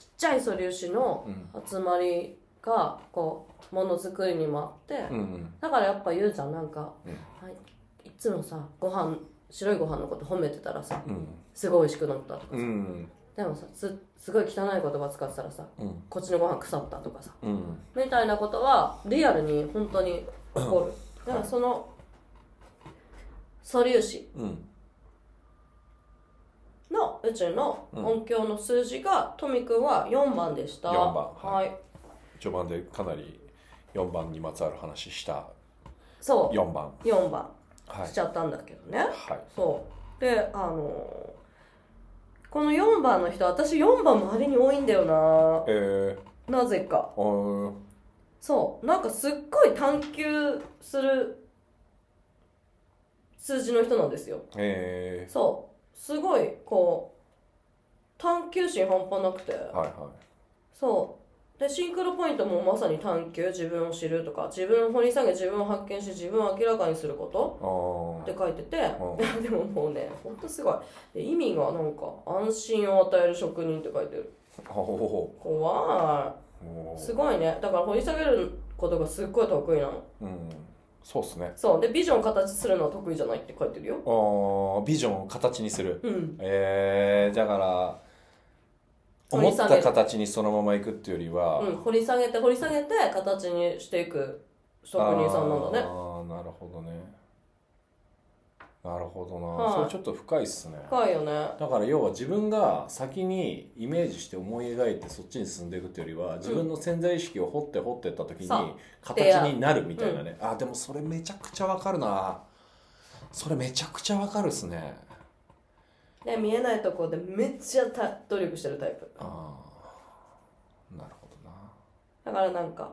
Speaker 2: ちっちゃい素粒子の
Speaker 1: うん
Speaker 2: 集まりがこうものづくりにもあって、
Speaker 1: うんうん
Speaker 2: だからやっぱ言うじゃんなんか、
Speaker 1: うん
Speaker 2: はい、いつもさご飯白いご飯のこと褒めてたらさ
Speaker 1: うん
Speaker 2: すごい美味しくなったと
Speaker 1: う
Speaker 2: かさ、
Speaker 1: ん
Speaker 2: でもさすすごい汚い言葉使ってたらさ
Speaker 1: うん
Speaker 2: こっちのご飯腐ったとかさ
Speaker 1: うん
Speaker 2: みたいなことはリアルに本当に起こるだからその素粒子
Speaker 1: うん
Speaker 2: の宇宙の音響の数字が、トミ君は4番でした
Speaker 1: 4番
Speaker 2: は、
Speaker 1: はい序盤でかなり4番にまつわる話した
Speaker 2: そ
Speaker 1: 4番
Speaker 2: う4番
Speaker 1: は
Speaker 2: しちゃったんだけどね、
Speaker 1: はい
Speaker 2: そうであのーこの4番の人私4番周りに多いんだよ
Speaker 1: え
Speaker 2: ななぜか
Speaker 1: ー、おー
Speaker 2: そうなんかすっごい探求する数字の人なんですよ
Speaker 1: え
Speaker 2: そうすごいこう探求心半端なくて
Speaker 1: ー、はいは
Speaker 2: そでシンクロポイントもまさに探求自分を知るとか自分を掘り下げ自分を発見し自分を明らかにすること
Speaker 1: あ
Speaker 2: って書いてて
Speaker 1: う
Speaker 2: でももうねほんとすごいで意味がなんか安心を与える職人って書いてる
Speaker 1: あほほほ
Speaker 2: 怖
Speaker 1: おー
Speaker 2: いすごいねだから掘り下げることがすっごい得意なの
Speaker 1: うんそうっすね
Speaker 2: そうでビジョンを形するのは得意じゃないって書いてるよ
Speaker 1: あービジョンを形にする
Speaker 2: うん
Speaker 1: えー、だから
Speaker 2: 掘り
Speaker 1: 思っ
Speaker 2: 下げ
Speaker 1: た形にそのままいくっていうよりは、
Speaker 2: うん、掘り下げて掘り下げて形にしていく職人さんなんだ
Speaker 1: あ
Speaker 2: ね
Speaker 1: ーなるほどねなるほどな、
Speaker 2: はい
Speaker 1: それちょっと深いっすね
Speaker 2: 深いよね
Speaker 1: だから要は自分が先にイメージして思い描いてそっちに進んでいくっていうよりは自分の潜在意識を掘って掘ってった時に
Speaker 2: そう
Speaker 1: 形になるみたいなね、あでもそれめちゃくちゃわかるなそれめちゃくちゃわかるっすね
Speaker 2: で見えないところでめっちゃた努力してるタイプ
Speaker 1: ああなるほどな
Speaker 2: だからなんか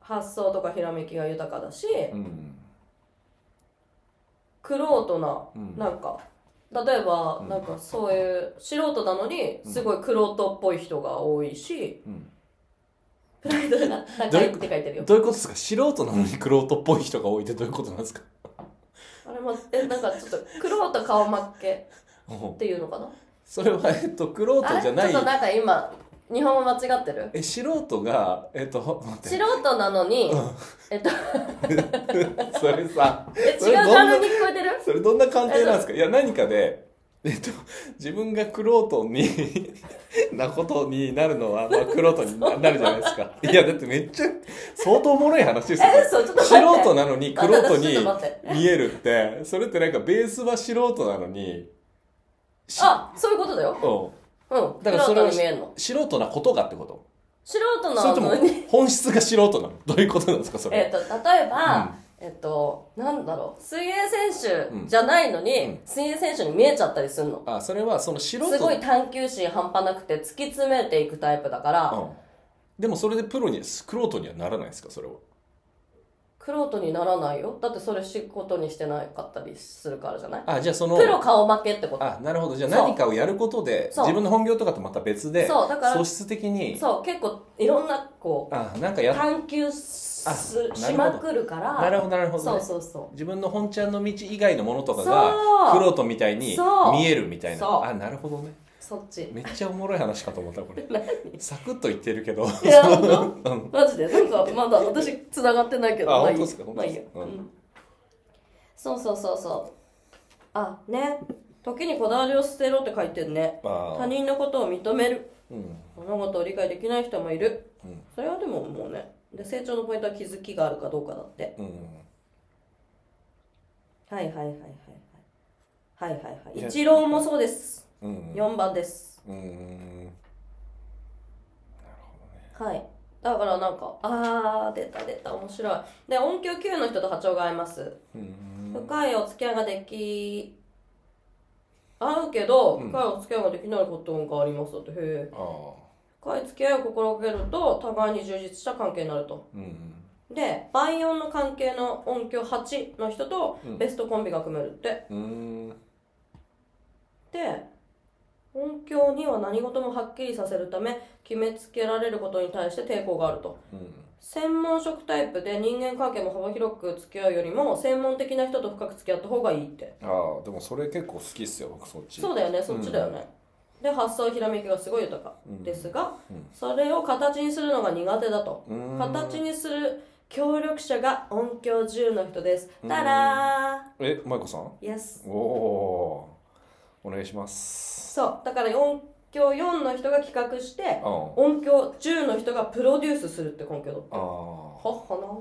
Speaker 2: 発想とかひらめきが豊かだし
Speaker 1: うん
Speaker 2: 苦労とな
Speaker 1: うん
Speaker 2: なんか例えば
Speaker 1: うん
Speaker 2: なんかそういう素人なのにすごい苦労とっぽい人が多い し
Speaker 1: うん
Speaker 2: プライドが高いって書いてるよ
Speaker 1: どういうことですか素人なのに玄人っぽい人が多いってどういうことなんですか
Speaker 2: あれもえなんかちょっと苦労と顔負け
Speaker 1: おう
Speaker 2: っていうのかな
Speaker 1: それはえっと玄人
Speaker 2: あ
Speaker 1: じゃ
Speaker 2: れ
Speaker 1: な
Speaker 2: ちょっと
Speaker 1: い
Speaker 2: なんか今日本語間違ってる
Speaker 1: え素人がえっと待っ
Speaker 2: 素
Speaker 1: て
Speaker 2: 人なのに、えっと、
Speaker 1: それさ
Speaker 2: え違う
Speaker 1: そ
Speaker 2: ジ
Speaker 1: れどんな
Speaker 2: ャンルに聞こえてる
Speaker 1: それどんな鑑定なんですかいや何かで、えっと、自分がクロートンに なことになるのは、まあ、クロートンにななるじゃないですかいやだってめっちゃ相当おもろい話ですよ
Speaker 2: え、嘘ちょっと待
Speaker 1: 素
Speaker 2: って。
Speaker 1: 人なのにクロートに
Speaker 2: ちょっと待って
Speaker 1: 見えるってそれってなんかベースは素人なのにし
Speaker 2: あ、そういうことだよ。
Speaker 1: う
Speaker 2: うん。
Speaker 1: んだからそれ
Speaker 2: 素
Speaker 1: は
Speaker 2: 人に見えんの。
Speaker 1: 素人なことがってこと
Speaker 2: 素人
Speaker 1: それ
Speaker 2: な
Speaker 1: とも
Speaker 2: のに。
Speaker 1: 本質が素人なのどういうことなんですかそ
Speaker 2: えっ
Speaker 1: れ、
Speaker 2: と、例えば、えっと、なんだろう。水泳選手じゃないのに、
Speaker 1: うん
Speaker 2: 水泳選手に見えちゃったりするの。
Speaker 1: あそれはその素人
Speaker 2: すごい探求心半端なくて突き詰めていくタイプだから、
Speaker 1: うん、でもそれでプロにクロートにはならないですかそれは
Speaker 2: クロートにならないよ。だってそれ仕事にしてなかったりするからじゃない
Speaker 1: あじゃあその
Speaker 2: プロ顔負けってこと。
Speaker 1: あなるほどじゃあ
Speaker 2: そう
Speaker 1: 何かをやることで
Speaker 2: そう
Speaker 1: 自分の本業とかとまた別で
Speaker 2: そうだから
Speaker 1: 素質的に
Speaker 2: そう、結構いろんな、こ
Speaker 1: あなんか
Speaker 2: う、
Speaker 1: やっ
Speaker 2: 探求す
Speaker 1: あ
Speaker 2: しまくるから、
Speaker 1: なるほどなるほど、ね、
Speaker 2: そうそうそう
Speaker 1: 自分の本ちゃんの道以外のものとか
Speaker 2: そ
Speaker 1: が
Speaker 2: う
Speaker 1: クロートみたいに
Speaker 2: そう
Speaker 1: 見えるみたい
Speaker 2: そう
Speaker 1: なあなるほどね
Speaker 2: そっち
Speaker 1: めっちゃお もろい話かと思った これサクッと言ってるけど
Speaker 2: いや本
Speaker 1: うん
Speaker 2: マジでなんかまだ私つながってないけど
Speaker 1: あ
Speaker 2: まいい
Speaker 1: 本当っすか本
Speaker 2: ま
Speaker 1: 当っ
Speaker 2: あい
Speaker 1: す
Speaker 2: いよ
Speaker 1: か、
Speaker 2: う
Speaker 1: うん
Speaker 2: ん、そうそうそうそうあね時にこだわりを捨てろって書いてるね
Speaker 1: ま
Speaker 2: 他
Speaker 1: あ
Speaker 2: 人のことを認める
Speaker 1: うん
Speaker 2: 物事を理解できない人もいる
Speaker 1: うん
Speaker 2: それはでももうねで成長のポイントは気づきがあるかどうかだって
Speaker 1: うん
Speaker 2: はいはいはいはいはいはいはいはい
Speaker 1: いや
Speaker 2: 一郎もそうです
Speaker 1: うん
Speaker 2: 4番です
Speaker 1: うん
Speaker 2: はい。だからなんか、あー、出た出た、面白い。で、音響 Q の人と波長が合います。
Speaker 1: うん
Speaker 2: 深いお付き合いができ、合うけど、
Speaker 1: うん
Speaker 2: 深いお付き合いができないことがありますだって、へえ。
Speaker 1: ああ
Speaker 2: 深い付き合いを心がけると、互いに充実した関係になると。
Speaker 1: うん
Speaker 2: で、倍音の関係の音響8の人と
Speaker 1: うん
Speaker 2: ベストコンビが組めるって。
Speaker 1: うん
Speaker 2: で、音響には何事もはっきりさせるため、決めつけられることに対して抵抗があると。
Speaker 1: うん
Speaker 2: 専門職タイプで人間関係も幅広く付き合うよりも専門的な人と深く付き合った方がいいって
Speaker 1: ああでもそれ結構好きっすよ僕そっち
Speaker 2: そうだよねそっちだよね、で発想ひらめきがすごい豊かですが、
Speaker 1: うん
Speaker 2: それを形にするのが苦手だと、
Speaker 1: うん
Speaker 2: 形にする協力者が音響10の人ですたら
Speaker 1: え舞子さん
Speaker 2: ーイエス
Speaker 1: おおーお願いします
Speaker 2: そうだから音響4の人が企画して
Speaker 1: ああ
Speaker 2: 音響10の人がプロデュースするって根拠だ
Speaker 1: ああ
Speaker 2: はっは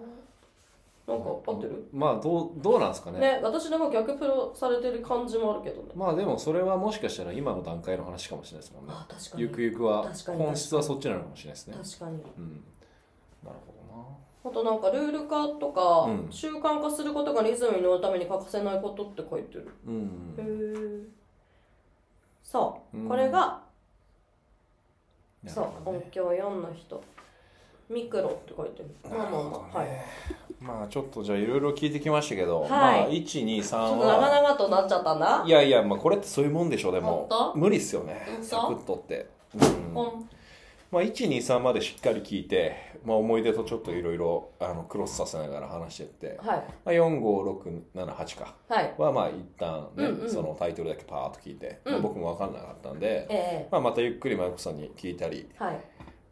Speaker 2: ななんか合ってる
Speaker 1: まあどうどうなんですかね
Speaker 2: ね私なんか逆プロされてる感じもあるけどね
Speaker 1: まあでもそれはもしかしたら今の段階の話かもしれないですもんね
Speaker 2: あ確かに
Speaker 1: ゆくゆくは
Speaker 2: 確かに
Speaker 1: 本質はそっちなのかもしれないですね
Speaker 2: 確かに
Speaker 1: うんなるほ
Speaker 2: あとなんかルール化とか、
Speaker 1: うん
Speaker 2: 習慣化することがリズムに乗るために欠かせないことって書いてる
Speaker 1: どなうん
Speaker 2: へえそう、
Speaker 1: うん
Speaker 2: これが、
Speaker 1: なる
Speaker 2: そう
Speaker 1: ほど
Speaker 2: 音
Speaker 1: ね
Speaker 2: 響4の人ミクロって書いてるまあまあまあ、はい
Speaker 1: まあちょっとじゃあいろいろ聞いてきましたけど、
Speaker 2: はい
Speaker 1: まあ123
Speaker 2: ちょっと長
Speaker 1: は
Speaker 2: 々となっちゃったんだ
Speaker 1: いやいやまあこれってそういうもんでしょうでも
Speaker 2: 本当
Speaker 1: 無理っすよね
Speaker 2: 本当
Speaker 1: サクッとって、うん
Speaker 2: ほん
Speaker 1: まあ、123までしっかり聞いて、まあ、思い出とちょっといろいろあのクロスさせながら話してって、ま
Speaker 2: はい
Speaker 1: あ、45678か
Speaker 2: はい
Speaker 1: はまあ一旦ね、
Speaker 2: うんうん
Speaker 1: そのタイトルだけパーッと聞いて、
Speaker 2: うん
Speaker 1: まあ僕も分かんなかったんで、
Speaker 2: ええ
Speaker 1: まあ、またゆっくり舞子さんに聞いたり、
Speaker 2: はい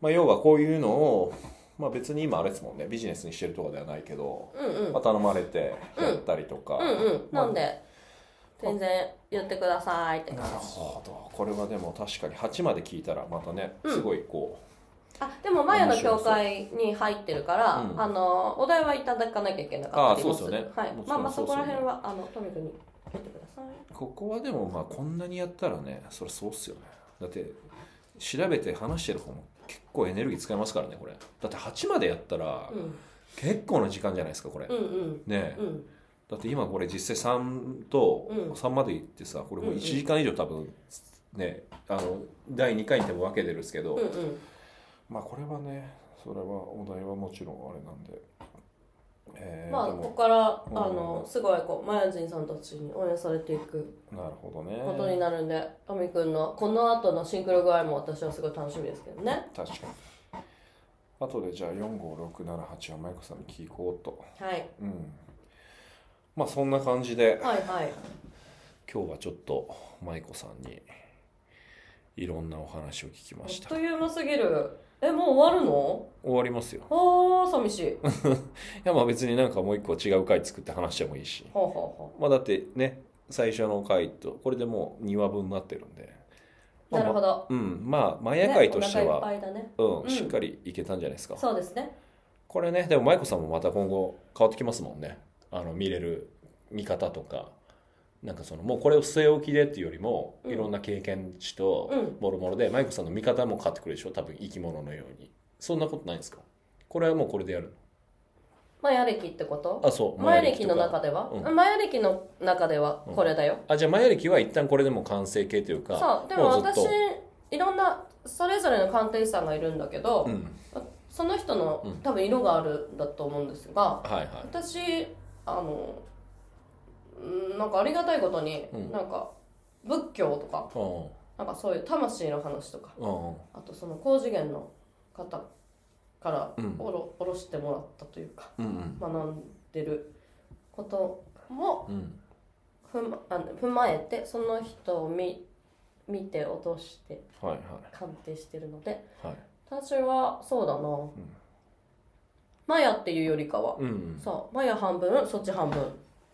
Speaker 1: まあ、要はこういうのを、まあ、別に今あれですもんねビジネスにしてるとかではないけど、
Speaker 2: うんうん
Speaker 1: まあ、頼まれてやったりとか、
Speaker 2: うんうん
Speaker 1: まあ
Speaker 2: なんで全然言ってくださいって
Speaker 1: な
Speaker 2: 感
Speaker 1: るほどこれはでも確かに8まで聞いたらまたね
Speaker 2: うん
Speaker 1: すごいこ
Speaker 2: じあでもマヤの教会に入ってるから、
Speaker 1: うん
Speaker 2: あのお題はいただかなきゃいけなかったりも
Speaker 1: あそうですよね
Speaker 2: はい
Speaker 1: もちろ
Speaker 2: まあ
Speaker 1: ん
Speaker 2: まあ
Speaker 1: そ
Speaker 2: そう
Speaker 1: です
Speaker 2: こ
Speaker 1: よね
Speaker 2: ら辺はあのトミ君に言ってくださいう
Speaker 1: ここはでもまあこんなにやったらねそれそうっすよねだって調べて話してる方も結構エネルギー使いますからねこれだって8までやったら
Speaker 2: ん
Speaker 1: 結構な時間じゃないですかこれ、
Speaker 2: うんうん
Speaker 1: ねえ
Speaker 2: うん
Speaker 1: だって今これ実際3と
Speaker 2: うん
Speaker 1: 3まで行ってさこれもう1時間以上多分ねあの第2回に多分分けてるんですけど、
Speaker 2: うんうん
Speaker 1: まあこれはねそれはお題はもちろんあれなんでえー
Speaker 2: まあ
Speaker 1: で
Speaker 2: ここ
Speaker 1: も
Speaker 2: から
Speaker 1: うん
Speaker 2: あのすごいこうマヤ人さんたちに応援されていく
Speaker 1: なるほど
Speaker 2: ことに
Speaker 1: ね
Speaker 2: なるんでトミ君のこの後のシンクロ具合も私はすごい楽しみですけどね
Speaker 1: 確かにあとでじゃあ45678はマイコさんに聞こうと
Speaker 2: はい
Speaker 1: うんまあそんな感じで
Speaker 2: はいはい
Speaker 1: 今日はちょっとマイコさんにいろんなお話を聞き
Speaker 2: あ
Speaker 1: ま
Speaker 2: っ
Speaker 1: した
Speaker 2: と
Speaker 1: 終
Speaker 2: いう間すぎるえもう終わるの
Speaker 1: わりますよ
Speaker 2: ああ寂しいはい
Speaker 1: やまあ別になんかもう一個違う回作って話してもいいし
Speaker 2: あは
Speaker 1: まあだってね最初の回とこれでもう2話分になってるんで
Speaker 2: あはあなるほど
Speaker 1: うんまあマヤ回として
Speaker 2: ねお
Speaker 1: は、
Speaker 2: 腹いっぱいだね
Speaker 1: うん
Speaker 2: うん
Speaker 1: しっかりいけたんじゃないですか、
Speaker 2: そうですね
Speaker 1: これねでも舞子さんもまた今後変わってきますもんねあの見れる見方とかなんかそのもうこれを据え置きでっていうよりも、
Speaker 2: うん
Speaker 1: いろんな経験値と
Speaker 2: うん
Speaker 1: もろもろで舞子さんの見方も変わってくるでしょ多分生き物のようにそんなことないんですかこれはもうこれでやる
Speaker 2: マヤ歴ってこ
Speaker 1: の
Speaker 2: と
Speaker 1: あそう
Speaker 2: マヤ歴の
Speaker 1: とか
Speaker 2: 中では、
Speaker 1: う
Speaker 2: マヤ歴の中では
Speaker 1: うん
Speaker 2: これだよ、
Speaker 1: あじゃあマヤ歴は一旦これでもう完成形というか
Speaker 2: そうでも
Speaker 1: うずっ
Speaker 2: 私
Speaker 1: と
Speaker 2: いろんなそれぞれの鑑定士さんがいるんだけど、
Speaker 1: うん
Speaker 2: その人の
Speaker 1: うん
Speaker 2: 多分色があるんだと思うんですが、
Speaker 1: はいは
Speaker 2: 私あのうんなんかありがたいことに、
Speaker 1: うん
Speaker 2: なんか仏教とか
Speaker 1: いうん
Speaker 2: なんかそういう魂の話とか
Speaker 1: うん
Speaker 2: あとその高次元の方から
Speaker 1: うん
Speaker 2: おろ,、おろしてもらったというか
Speaker 1: うん
Speaker 2: 学んでることも
Speaker 1: うんうん
Speaker 2: ふんあの踏まえてその人を見見て落として
Speaker 1: はいはい
Speaker 2: 鑑定してるので
Speaker 1: はい
Speaker 2: 私はそうだな、
Speaker 1: ん
Speaker 2: マヤっていうよりかは、
Speaker 1: うんうん
Speaker 2: そうマヤ半分そっち半分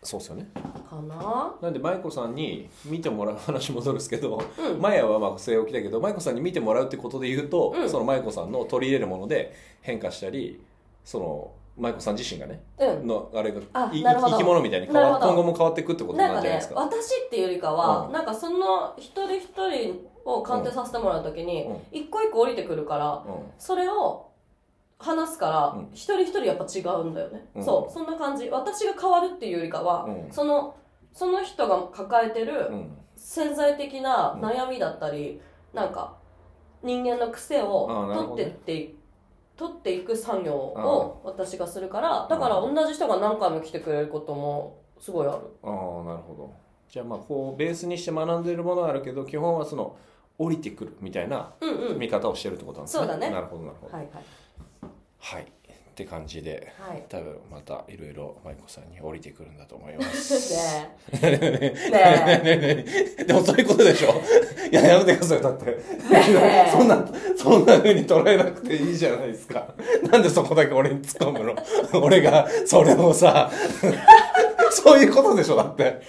Speaker 1: そうですよね
Speaker 2: かな
Speaker 1: なんで舞子さんに見てもらう話戻るんですけど、
Speaker 2: うん
Speaker 1: マヤはまあ据え置きだけど舞子さんに見てもらうってことで言うと、
Speaker 2: うん
Speaker 1: その舞子さんの取り入れるもので変化したりその舞子さん自身がね、
Speaker 2: うん
Speaker 1: のあれが
Speaker 2: あ
Speaker 1: い
Speaker 2: なるほど
Speaker 1: 生き物みたいに変わ
Speaker 2: なるほど
Speaker 1: 今後も変わっていくってことにな
Speaker 2: な
Speaker 1: るん
Speaker 2: んか
Speaker 1: じゃないで
Speaker 2: ね
Speaker 1: すか。
Speaker 2: 私っていうよりかは、
Speaker 1: うん
Speaker 2: なんかその一人一人を鑑定させてもらう時に、
Speaker 1: うん
Speaker 2: 一個一個降りてくるから
Speaker 1: うん
Speaker 2: それを話すから、
Speaker 1: うん
Speaker 2: 一人一人やっぱ違うんだよね、
Speaker 1: うん
Speaker 2: そうそんな感じ私が変わるっていうよりかは、
Speaker 1: うん
Speaker 2: そのその人が抱えてる、
Speaker 1: うん
Speaker 2: 潜在的な悩みだったり、なんか人間の癖
Speaker 1: あーなるほ
Speaker 2: を
Speaker 1: ど
Speaker 2: 取
Speaker 1: ね
Speaker 2: ってって、取っていく作業を私がするからだから同じ人が何回も来てくれることもすごいある
Speaker 1: ああなるほどじゃあまあこうベースにして学んでいるものはあるけど基本はその降りてくるみたいな
Speaker 2: うんうんはい
Speaker 1: 見方をしてるってことなんですね。
Speaker 2: そうだね
Speaker 1: なるほどなるほど。
Speaker 2: は
Speaker 1: はい
Speaker 2: い
Speaker 1: って感じで
Speaker 2: はい
Speaker 1: 多分またいろいろ舞子さんに降りてくるんだと思います。
Speaker 2: ね え
Speaker 1: ね
Speaker 2: ね
Speaker 1: えねえねえでもそういうことでしょ いややめてくださいだって
Speaker 2: え
Speaker 1: そんなそんな風に捉えなくていいじゃないですか なんでそこだけ俺に突っ込むの 俺がそれをさ そういうことでしょだって
Speaker 2: え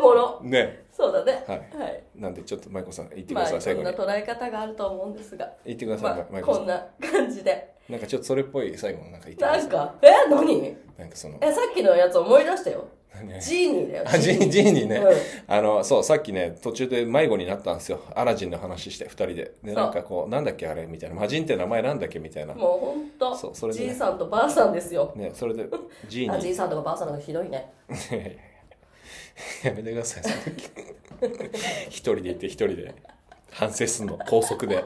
Speaker 2: おもろ
Speaker 1: ね
Speaker 2: そうだね
Speaker 1: はい
Speaker 2: はい
Speaker 1: なんでちょっと舞子さん言ってく
Speaker 2: ま
Speaker 1: だ
Speaker 2: あ
Speaker 1: さい、
Speaker 2: い
Speaker 1: 最
Speaker 2: ろ
Speaker 1: 後
Speaker 2: んな
Speaker 1: に
Speaker 2: 捉え方があると思うんですが
Speaker 1: 言ってくださ
Speaker 2: ま
Speaker 1: い、ま
Speaker 2: あ
Speaker 1: 舞子
Speaker 2: こ
Speaker 1: さん
Speaker 2: んな感じで
Speaker 1: なんかちょっとそれっぽい最後のなんか言ってくだ
Speaker 2: な
Speaker 1: さ
Speaker 2: ん
Speaker 1: い
Speaker 2: かえ何
Speaker 1: なんかその
Speaker 2: えさっきのやつ思い出したよ
Speaker 1: ね
Speaker 2: ジーニーだよ
Speaker 1: あジージーニーね、
Speaker 2: うん
Speaker 1: あのそうさっきね途中で迷子になったんですよアラジンの話して2人ででなんかこうなんだっけあれみたいな魔人って名前なんだっけみたいな、
Speaker 2: もうほんと
Speaker 1: そうそれで
Speaker 2: じ
Speaker 1: ね
Speaker 2: いさんとばあさんですよ
Speaker 1: ね、それでジー
Speaker 2: あ
Speaker 1: ニ
Speaker 2: じ
Speaker 1: ー
Speaker 2: いさんとかばあさんとかひどいね
Speaker 1: やめてくださいその時一人 で行って一人で反省すんの高速で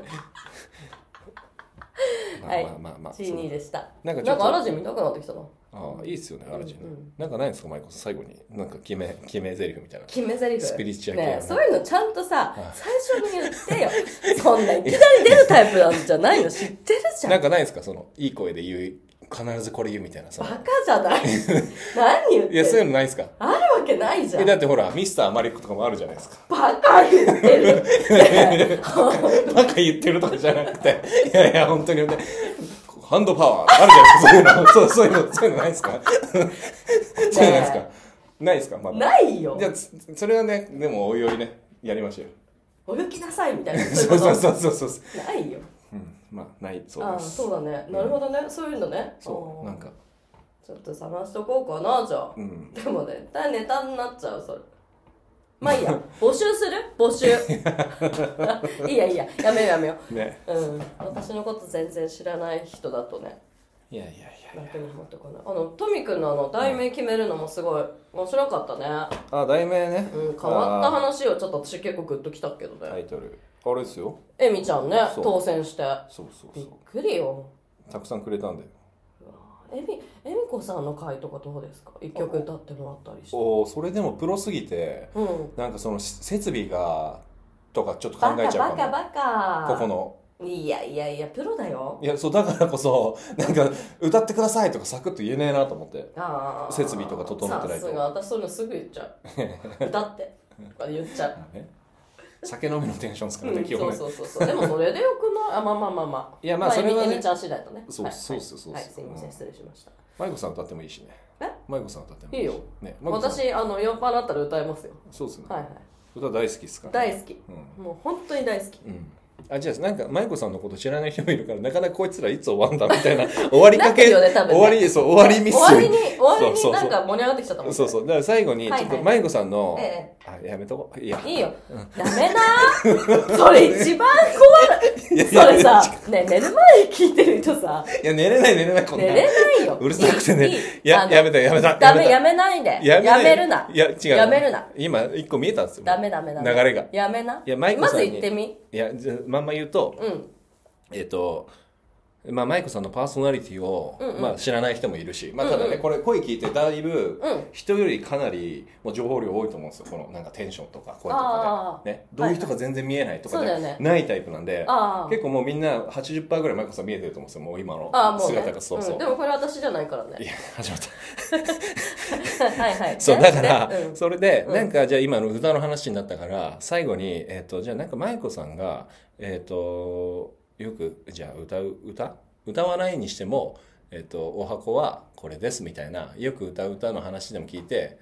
Speaker 1: まあ
Speaker 2: はい
Speaker 1: まあまあまあ、
Speaker 2: チーニーでした
Speaker 1: なんかちょっ
Speaker 2: なん
Speaker 1: と
Speaker 2: かアラジン見たくなってきたな
Speaker 1: ああいいっすよねアラジン、
Speaker 2: うんうん
Speaker 1: なんかないんですかマイコさん最後になんか決め決め台詞みたいな
Speaker 2: 決め台詞
Speaker 1: スピリチュアル系
Speaker 2: ねえそういうのちゃんとさ
Speaker 1: はい
Speaker 2: 最初に言ってよそんないきなり出るタイプなんじゃないの知ってるじゃん
Speaker 1: なんかないんですかそのいい声で言う必ずこれ言うみたいなそ
Speaker 2: バ
Speaker 1: の
Speaker 2: カじゃ ない何言っ
Speaker 1: い
Speaker 2: て
Speaker 1: やそうい
Speaker 2: る
Speaker 1: うのないんですか
Speaker 2: あるわけないじゃ
Speaker 1: え
Speaker 2: ん
Speaker 1: だってほらミスターマリックとかもあるじゃないです か
Speaker 2: バカ言って るって
Speaker 1: なんか言ってるとかじゃなくていやいや本当にねハンドパワーあるじゃないですかそういうのそうそういうのそういうのないですかそういうのないですかないですかまだ
Speaker 2: ないよ
Speaker 1: じゃあつそれはねでもおいおいねやりましょうよ
Speaker 2: 泳ぎなさいみたいなそうい う
Speaker 1: そ
Speaker 2: こ
Speaker 1: うそ
Speaker 2: と
Speaker 1: うそうそうそう
Speaker 2: ないよ
Speaker 1: うんまあないそう
Speaker 2: あ
Speaker 1: で
Speaker 2: あ
Speaker 1: す
Speaker 2: そうだねなるほどねそういうのね
Speaker 1: そう
Speaker 2: あ
Speaker 1: な
Speaker 2: あ
Speaker 1: んか
Speaker 2: ちょっと探しとこうかなじゃあ
Speaker 1: うん
Speaker 2: でもねだネタになっちゃうそれまあいいや募集する募集いいやいいややめようやめよ
Speaker 1: ね
Speaker 2: ううん私のこと全然知らない人だとね
Speaker 1: いやいやいや
Speaker 2: 楽に持ってこないあのトミ君のあの題名決めるのもすごい面白かったね
Speaker 1: あ題名ね、
Speaker 2: うん変わった
Speaker 1: あ
Speaker 2: 話をちょっと私結構グッときたけど
Speaker 1: ータ
Speaker 2: ね
Speaker 1: イトルあれですよ
Speaker 2: えみちゃんね
Speaker 1: そう
Speaker 2: 当選して
Speaker 1: そうそう
Speaker 2: びっ
Speaker 1: そ
Speaker 2: くりよ
Speaker 1: うたくさんくれたんだよ
Speaker 2: えみえみこさんの回とかどうですか一曲歌ってもらったりして
Speaker 1: おおそれでもプロすぎて
Speaker 2: うん
Speaker 1: なんかそのし設備がとかちょっと考
Speaker 2: バカ
Speaker 1: えちゃ
Speaker 2: バ
Speaker 1: うか
Speaker 2: カ
Speaker 1: も
Speaker 2: バカ
Speaker 1: ここの
Speaker 2: いやいやいやプロだよ
Speaker 1: いやそうだからこそ なんか歌ってくださいとかサクッと言えねえなと思って
Speaker 2: あー
Speaker 1: 設備とか整ってないと
Speaker 2: さすが私そういうのすぐ言っちゃ う歌ってとか言っちゃう
Speaker 1: ね酒飲みのテンションですから
Speaker 2: う
Speaker 1: ね
Speaker 2: ん
Speaker 1: 基
Speaker 2: そ
Speaker 1: 本
Speaker 2: う
Speaker 1: ね
Speaker 2: そうそうそうでもそれでよくないあまあまあまあまあ
Speaker 1: いやまあそれはね
Speaker 2: エミエミちゃん次第だね
Speaker 1: そう
Speaker 2: はい
Speaker 1: そうそうそう
Speaker 2: はい
Speaker 1: そう
Speaker 2: すいませ
Speaker 1: うん
Speaker 2: ん失礼しました
Speaker 1: 舞子さん歌ってもいいしね
Speaker 2: え
Speaker 1: 舞子さん歌ってもいいし
Speaker 2: いいよ
Speaker 1: ね舞子さん
Speaker 2: 私あの酔っ払ったら歌えますよ
Speaker 1: そうですね
Speaker 2: はいはい
Speaker 1: 歌大好きですからね
Speaker 2: 大好き
Speaker 1: うん
Speaker 2: もう本当に大好き
Speaker 1: うんあじゃあなんか舞子さんのこと知らない人もいるからなかなかこいつらいつ終わんだみたいな 終わりかけ、
Speaker 2: なってるよね多分
Speaker 1: 終
Speaker 2: ね
Speaker 1: わりそう終わりミス
Speaker 2: 終わりに終わり
Speaker 1: そ
Speaker 2: に
Speaker 1: うそう
Speaker 2: な
Speaker 1: そうん
Speaker 2: か盛り上がってきちゃったもんね
Speaker 1: そうそうだから最後にちょ
Speaker 2: はい
Speaker 1: っと
Speaker 2: はい
Speaker 1: 舞子さんの、
Speaker 2: え
Speaker 1: あやめとこういや
Speaker 2: いいよやめなーそれ一番怖い
Speaker 1: いや
Speaker 2: それさね寝る前に聞いてる人さ
Speaker 1: いや寝れない寝れないこん
Speaker 2: 寝
Speaker 1: な
Speaker 2: れないよ
Speaker 1: うるさくてね
Speaker 2: いいいいあ
Speaker 1: や
Speaker 2: の
Speaker 1: やめたやめた
Speaker 2: ダメや
Speaker 1: め
Speaker 2: めないで
Speaker 1: たやめない
Speaker 2: るない
Speaker 1: や違う
Speaker 2: やめるな
Speaker 1: 今一個見えたんですよ
Speaker 2: ダメダメダメ
Speaker 1: 流れが
Speaker 2: やめない
Speaker 1: いやマイコ
Speaker 2: ま
Speaker 1: さん
Speaker 2: ず
Speaker 1: に
Speaker 2: 言ってみ
Speaker 1: いやじゃあまんま言うと
Speaker 2: うん
Speaker 1: えっ、とまあ、舞子さんのパーソナリティを、
Speaker 2: うんうん
Speaker 1: まあ、知らない人もいるし、まあ、ただね、
Speaker 2: うんうん
Speaker 1: これ声聞いてだいぶ、
Speaker 2: うん
Speaker 1: 人よりかなりもう情報量多いと思うんですよこのなんかテンションとか声とか
Speaker 2: あ
Speaker 1: ねねどういう人か全然見えないとか
Speaker 2: はい
Speaker 1: ね、
Speaker 2: はいそうだよね
Speaker 1: ないタイプなんで
Speaker 2: ああ
Speaker 1: 結構もうみんな80%ぐらい舞子さん見えてると思うんですよもう今の
Speaker 2: ああもう、ね、
Speaker 1: 姿がそうそう、
Speaker 2: んでもこれ私じゃな いから
Speaker 1: い
Speaker 2: ね
Speaker 1: や始まった
Speaker 2: はいはい
Speaker 1: そう
Speaker 2: ね
Speaker 1: だから、
Speaker 2: ねうん
Speaker 1: それで、
Speaker 2: うん
Speaker 1: なんかじゃあ今の歌の話になったから最後に、えっとじゃあなんか舞子さんが、えっとよくじゃあ歌う歌歌わないにしても、えっとお箱はこれですみたいなよく歌う歌の話でも聞いて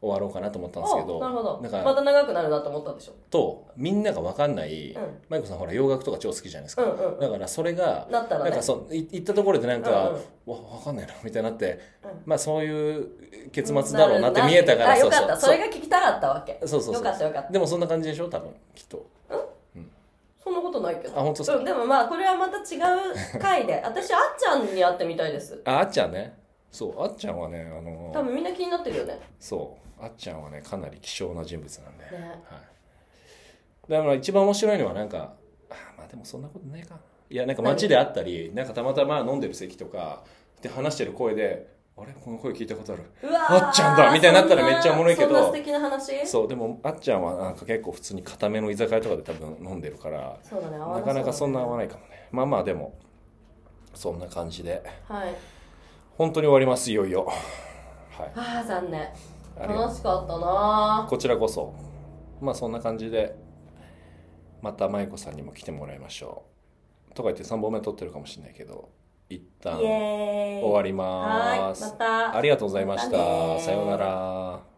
Speaker 1: 終わろうかなと思ったんですけど
Speaker 2: おなるほど
Speaker 1: なんか、
Speaker 2: また長くなるなと思ったでしょ
Speaker 1: とみんなが分かんない、
Speaker 2: うん
Speaker 1: 舞子さんほら洋楽とか超好きじゃないですか、
Speaker 2: うんうん
Speaker 1: だからそれが
Speaker 2: なったらね
Speaker 1: なんかそうい行ったところでなんか、
Speaker 2: うん
Speaker 1: わ分かんないなみたいになって、
Speaker 2: うん
Speaker 1: まあそういう結末だろうなって見えたから、
Speaker 2: あよかっ
Speaker 1: う
Speaker 2: た
Speaker 1: う
Speaker 2: それが聞きたかったわけ
Speaker 1: そうそうそう
Speaker 2: よかったよかった
Speaker 1: でもそんな感じでしょ多分きっと
Speaker 2: そんなことないけど
Speaker 1: あ本当ですか
Speaker 2: うん、でもまあこれはまた違う回で私あっちゃんに会ってみたいです
Speaker 1: ああっちゃんねそうあっちゃんはねあの
Speaker 2: 多分みんな気になってるよね
Speaker 1: そうあっちゃんはねかなり希少な人物なんで、
Speaker 2: ね
Speaker 1: はい、だから一番面白いのはなんかあーまあでもそんなことないかいやなんか街であったりなんかたまたま飲んでる席とかで話してる声であれこの声聞いたことある
Speaker 2: うわー
Speaker 1: あっちゃんだみたいになったらめっちゃおもろいけど
Speaker 2: そんなそんな素敵な話
Speaker 1: そうでもあっちゃんはなんか結構普通に固めの居酒屋とかで多分飲んでるから
Speaker 2: そうだね合わ
Speaker 1: なかなかそんな合わ
Speaker 2: な
Speaker 1: ないかもねまあまあでもそんな感じで
Speaker 2: そうだねはい
Speaker 1: 本当に終わりますいよいよはい
Speaker 2: ああ残念
Speaker 1: ありがとう
Speaker 2: 楽しかったな
Speaker 1: こちらこそまあそんな感じでまた舞子さんにも来てもらいましょうとか言って3本目撮ってるかもしれないけど一旦終
Speaker 2: イエーイ
Speaker 1: わり
Speaker 2: は
Speaker 1: ま
Speaker 2: い
Speaker 1: す
Speaker 2: また
Speaker 1: ありがとうございまし
Speaker 2: また
Speaker 1: た
Speaker 2: ね
Speaker 1: さようなら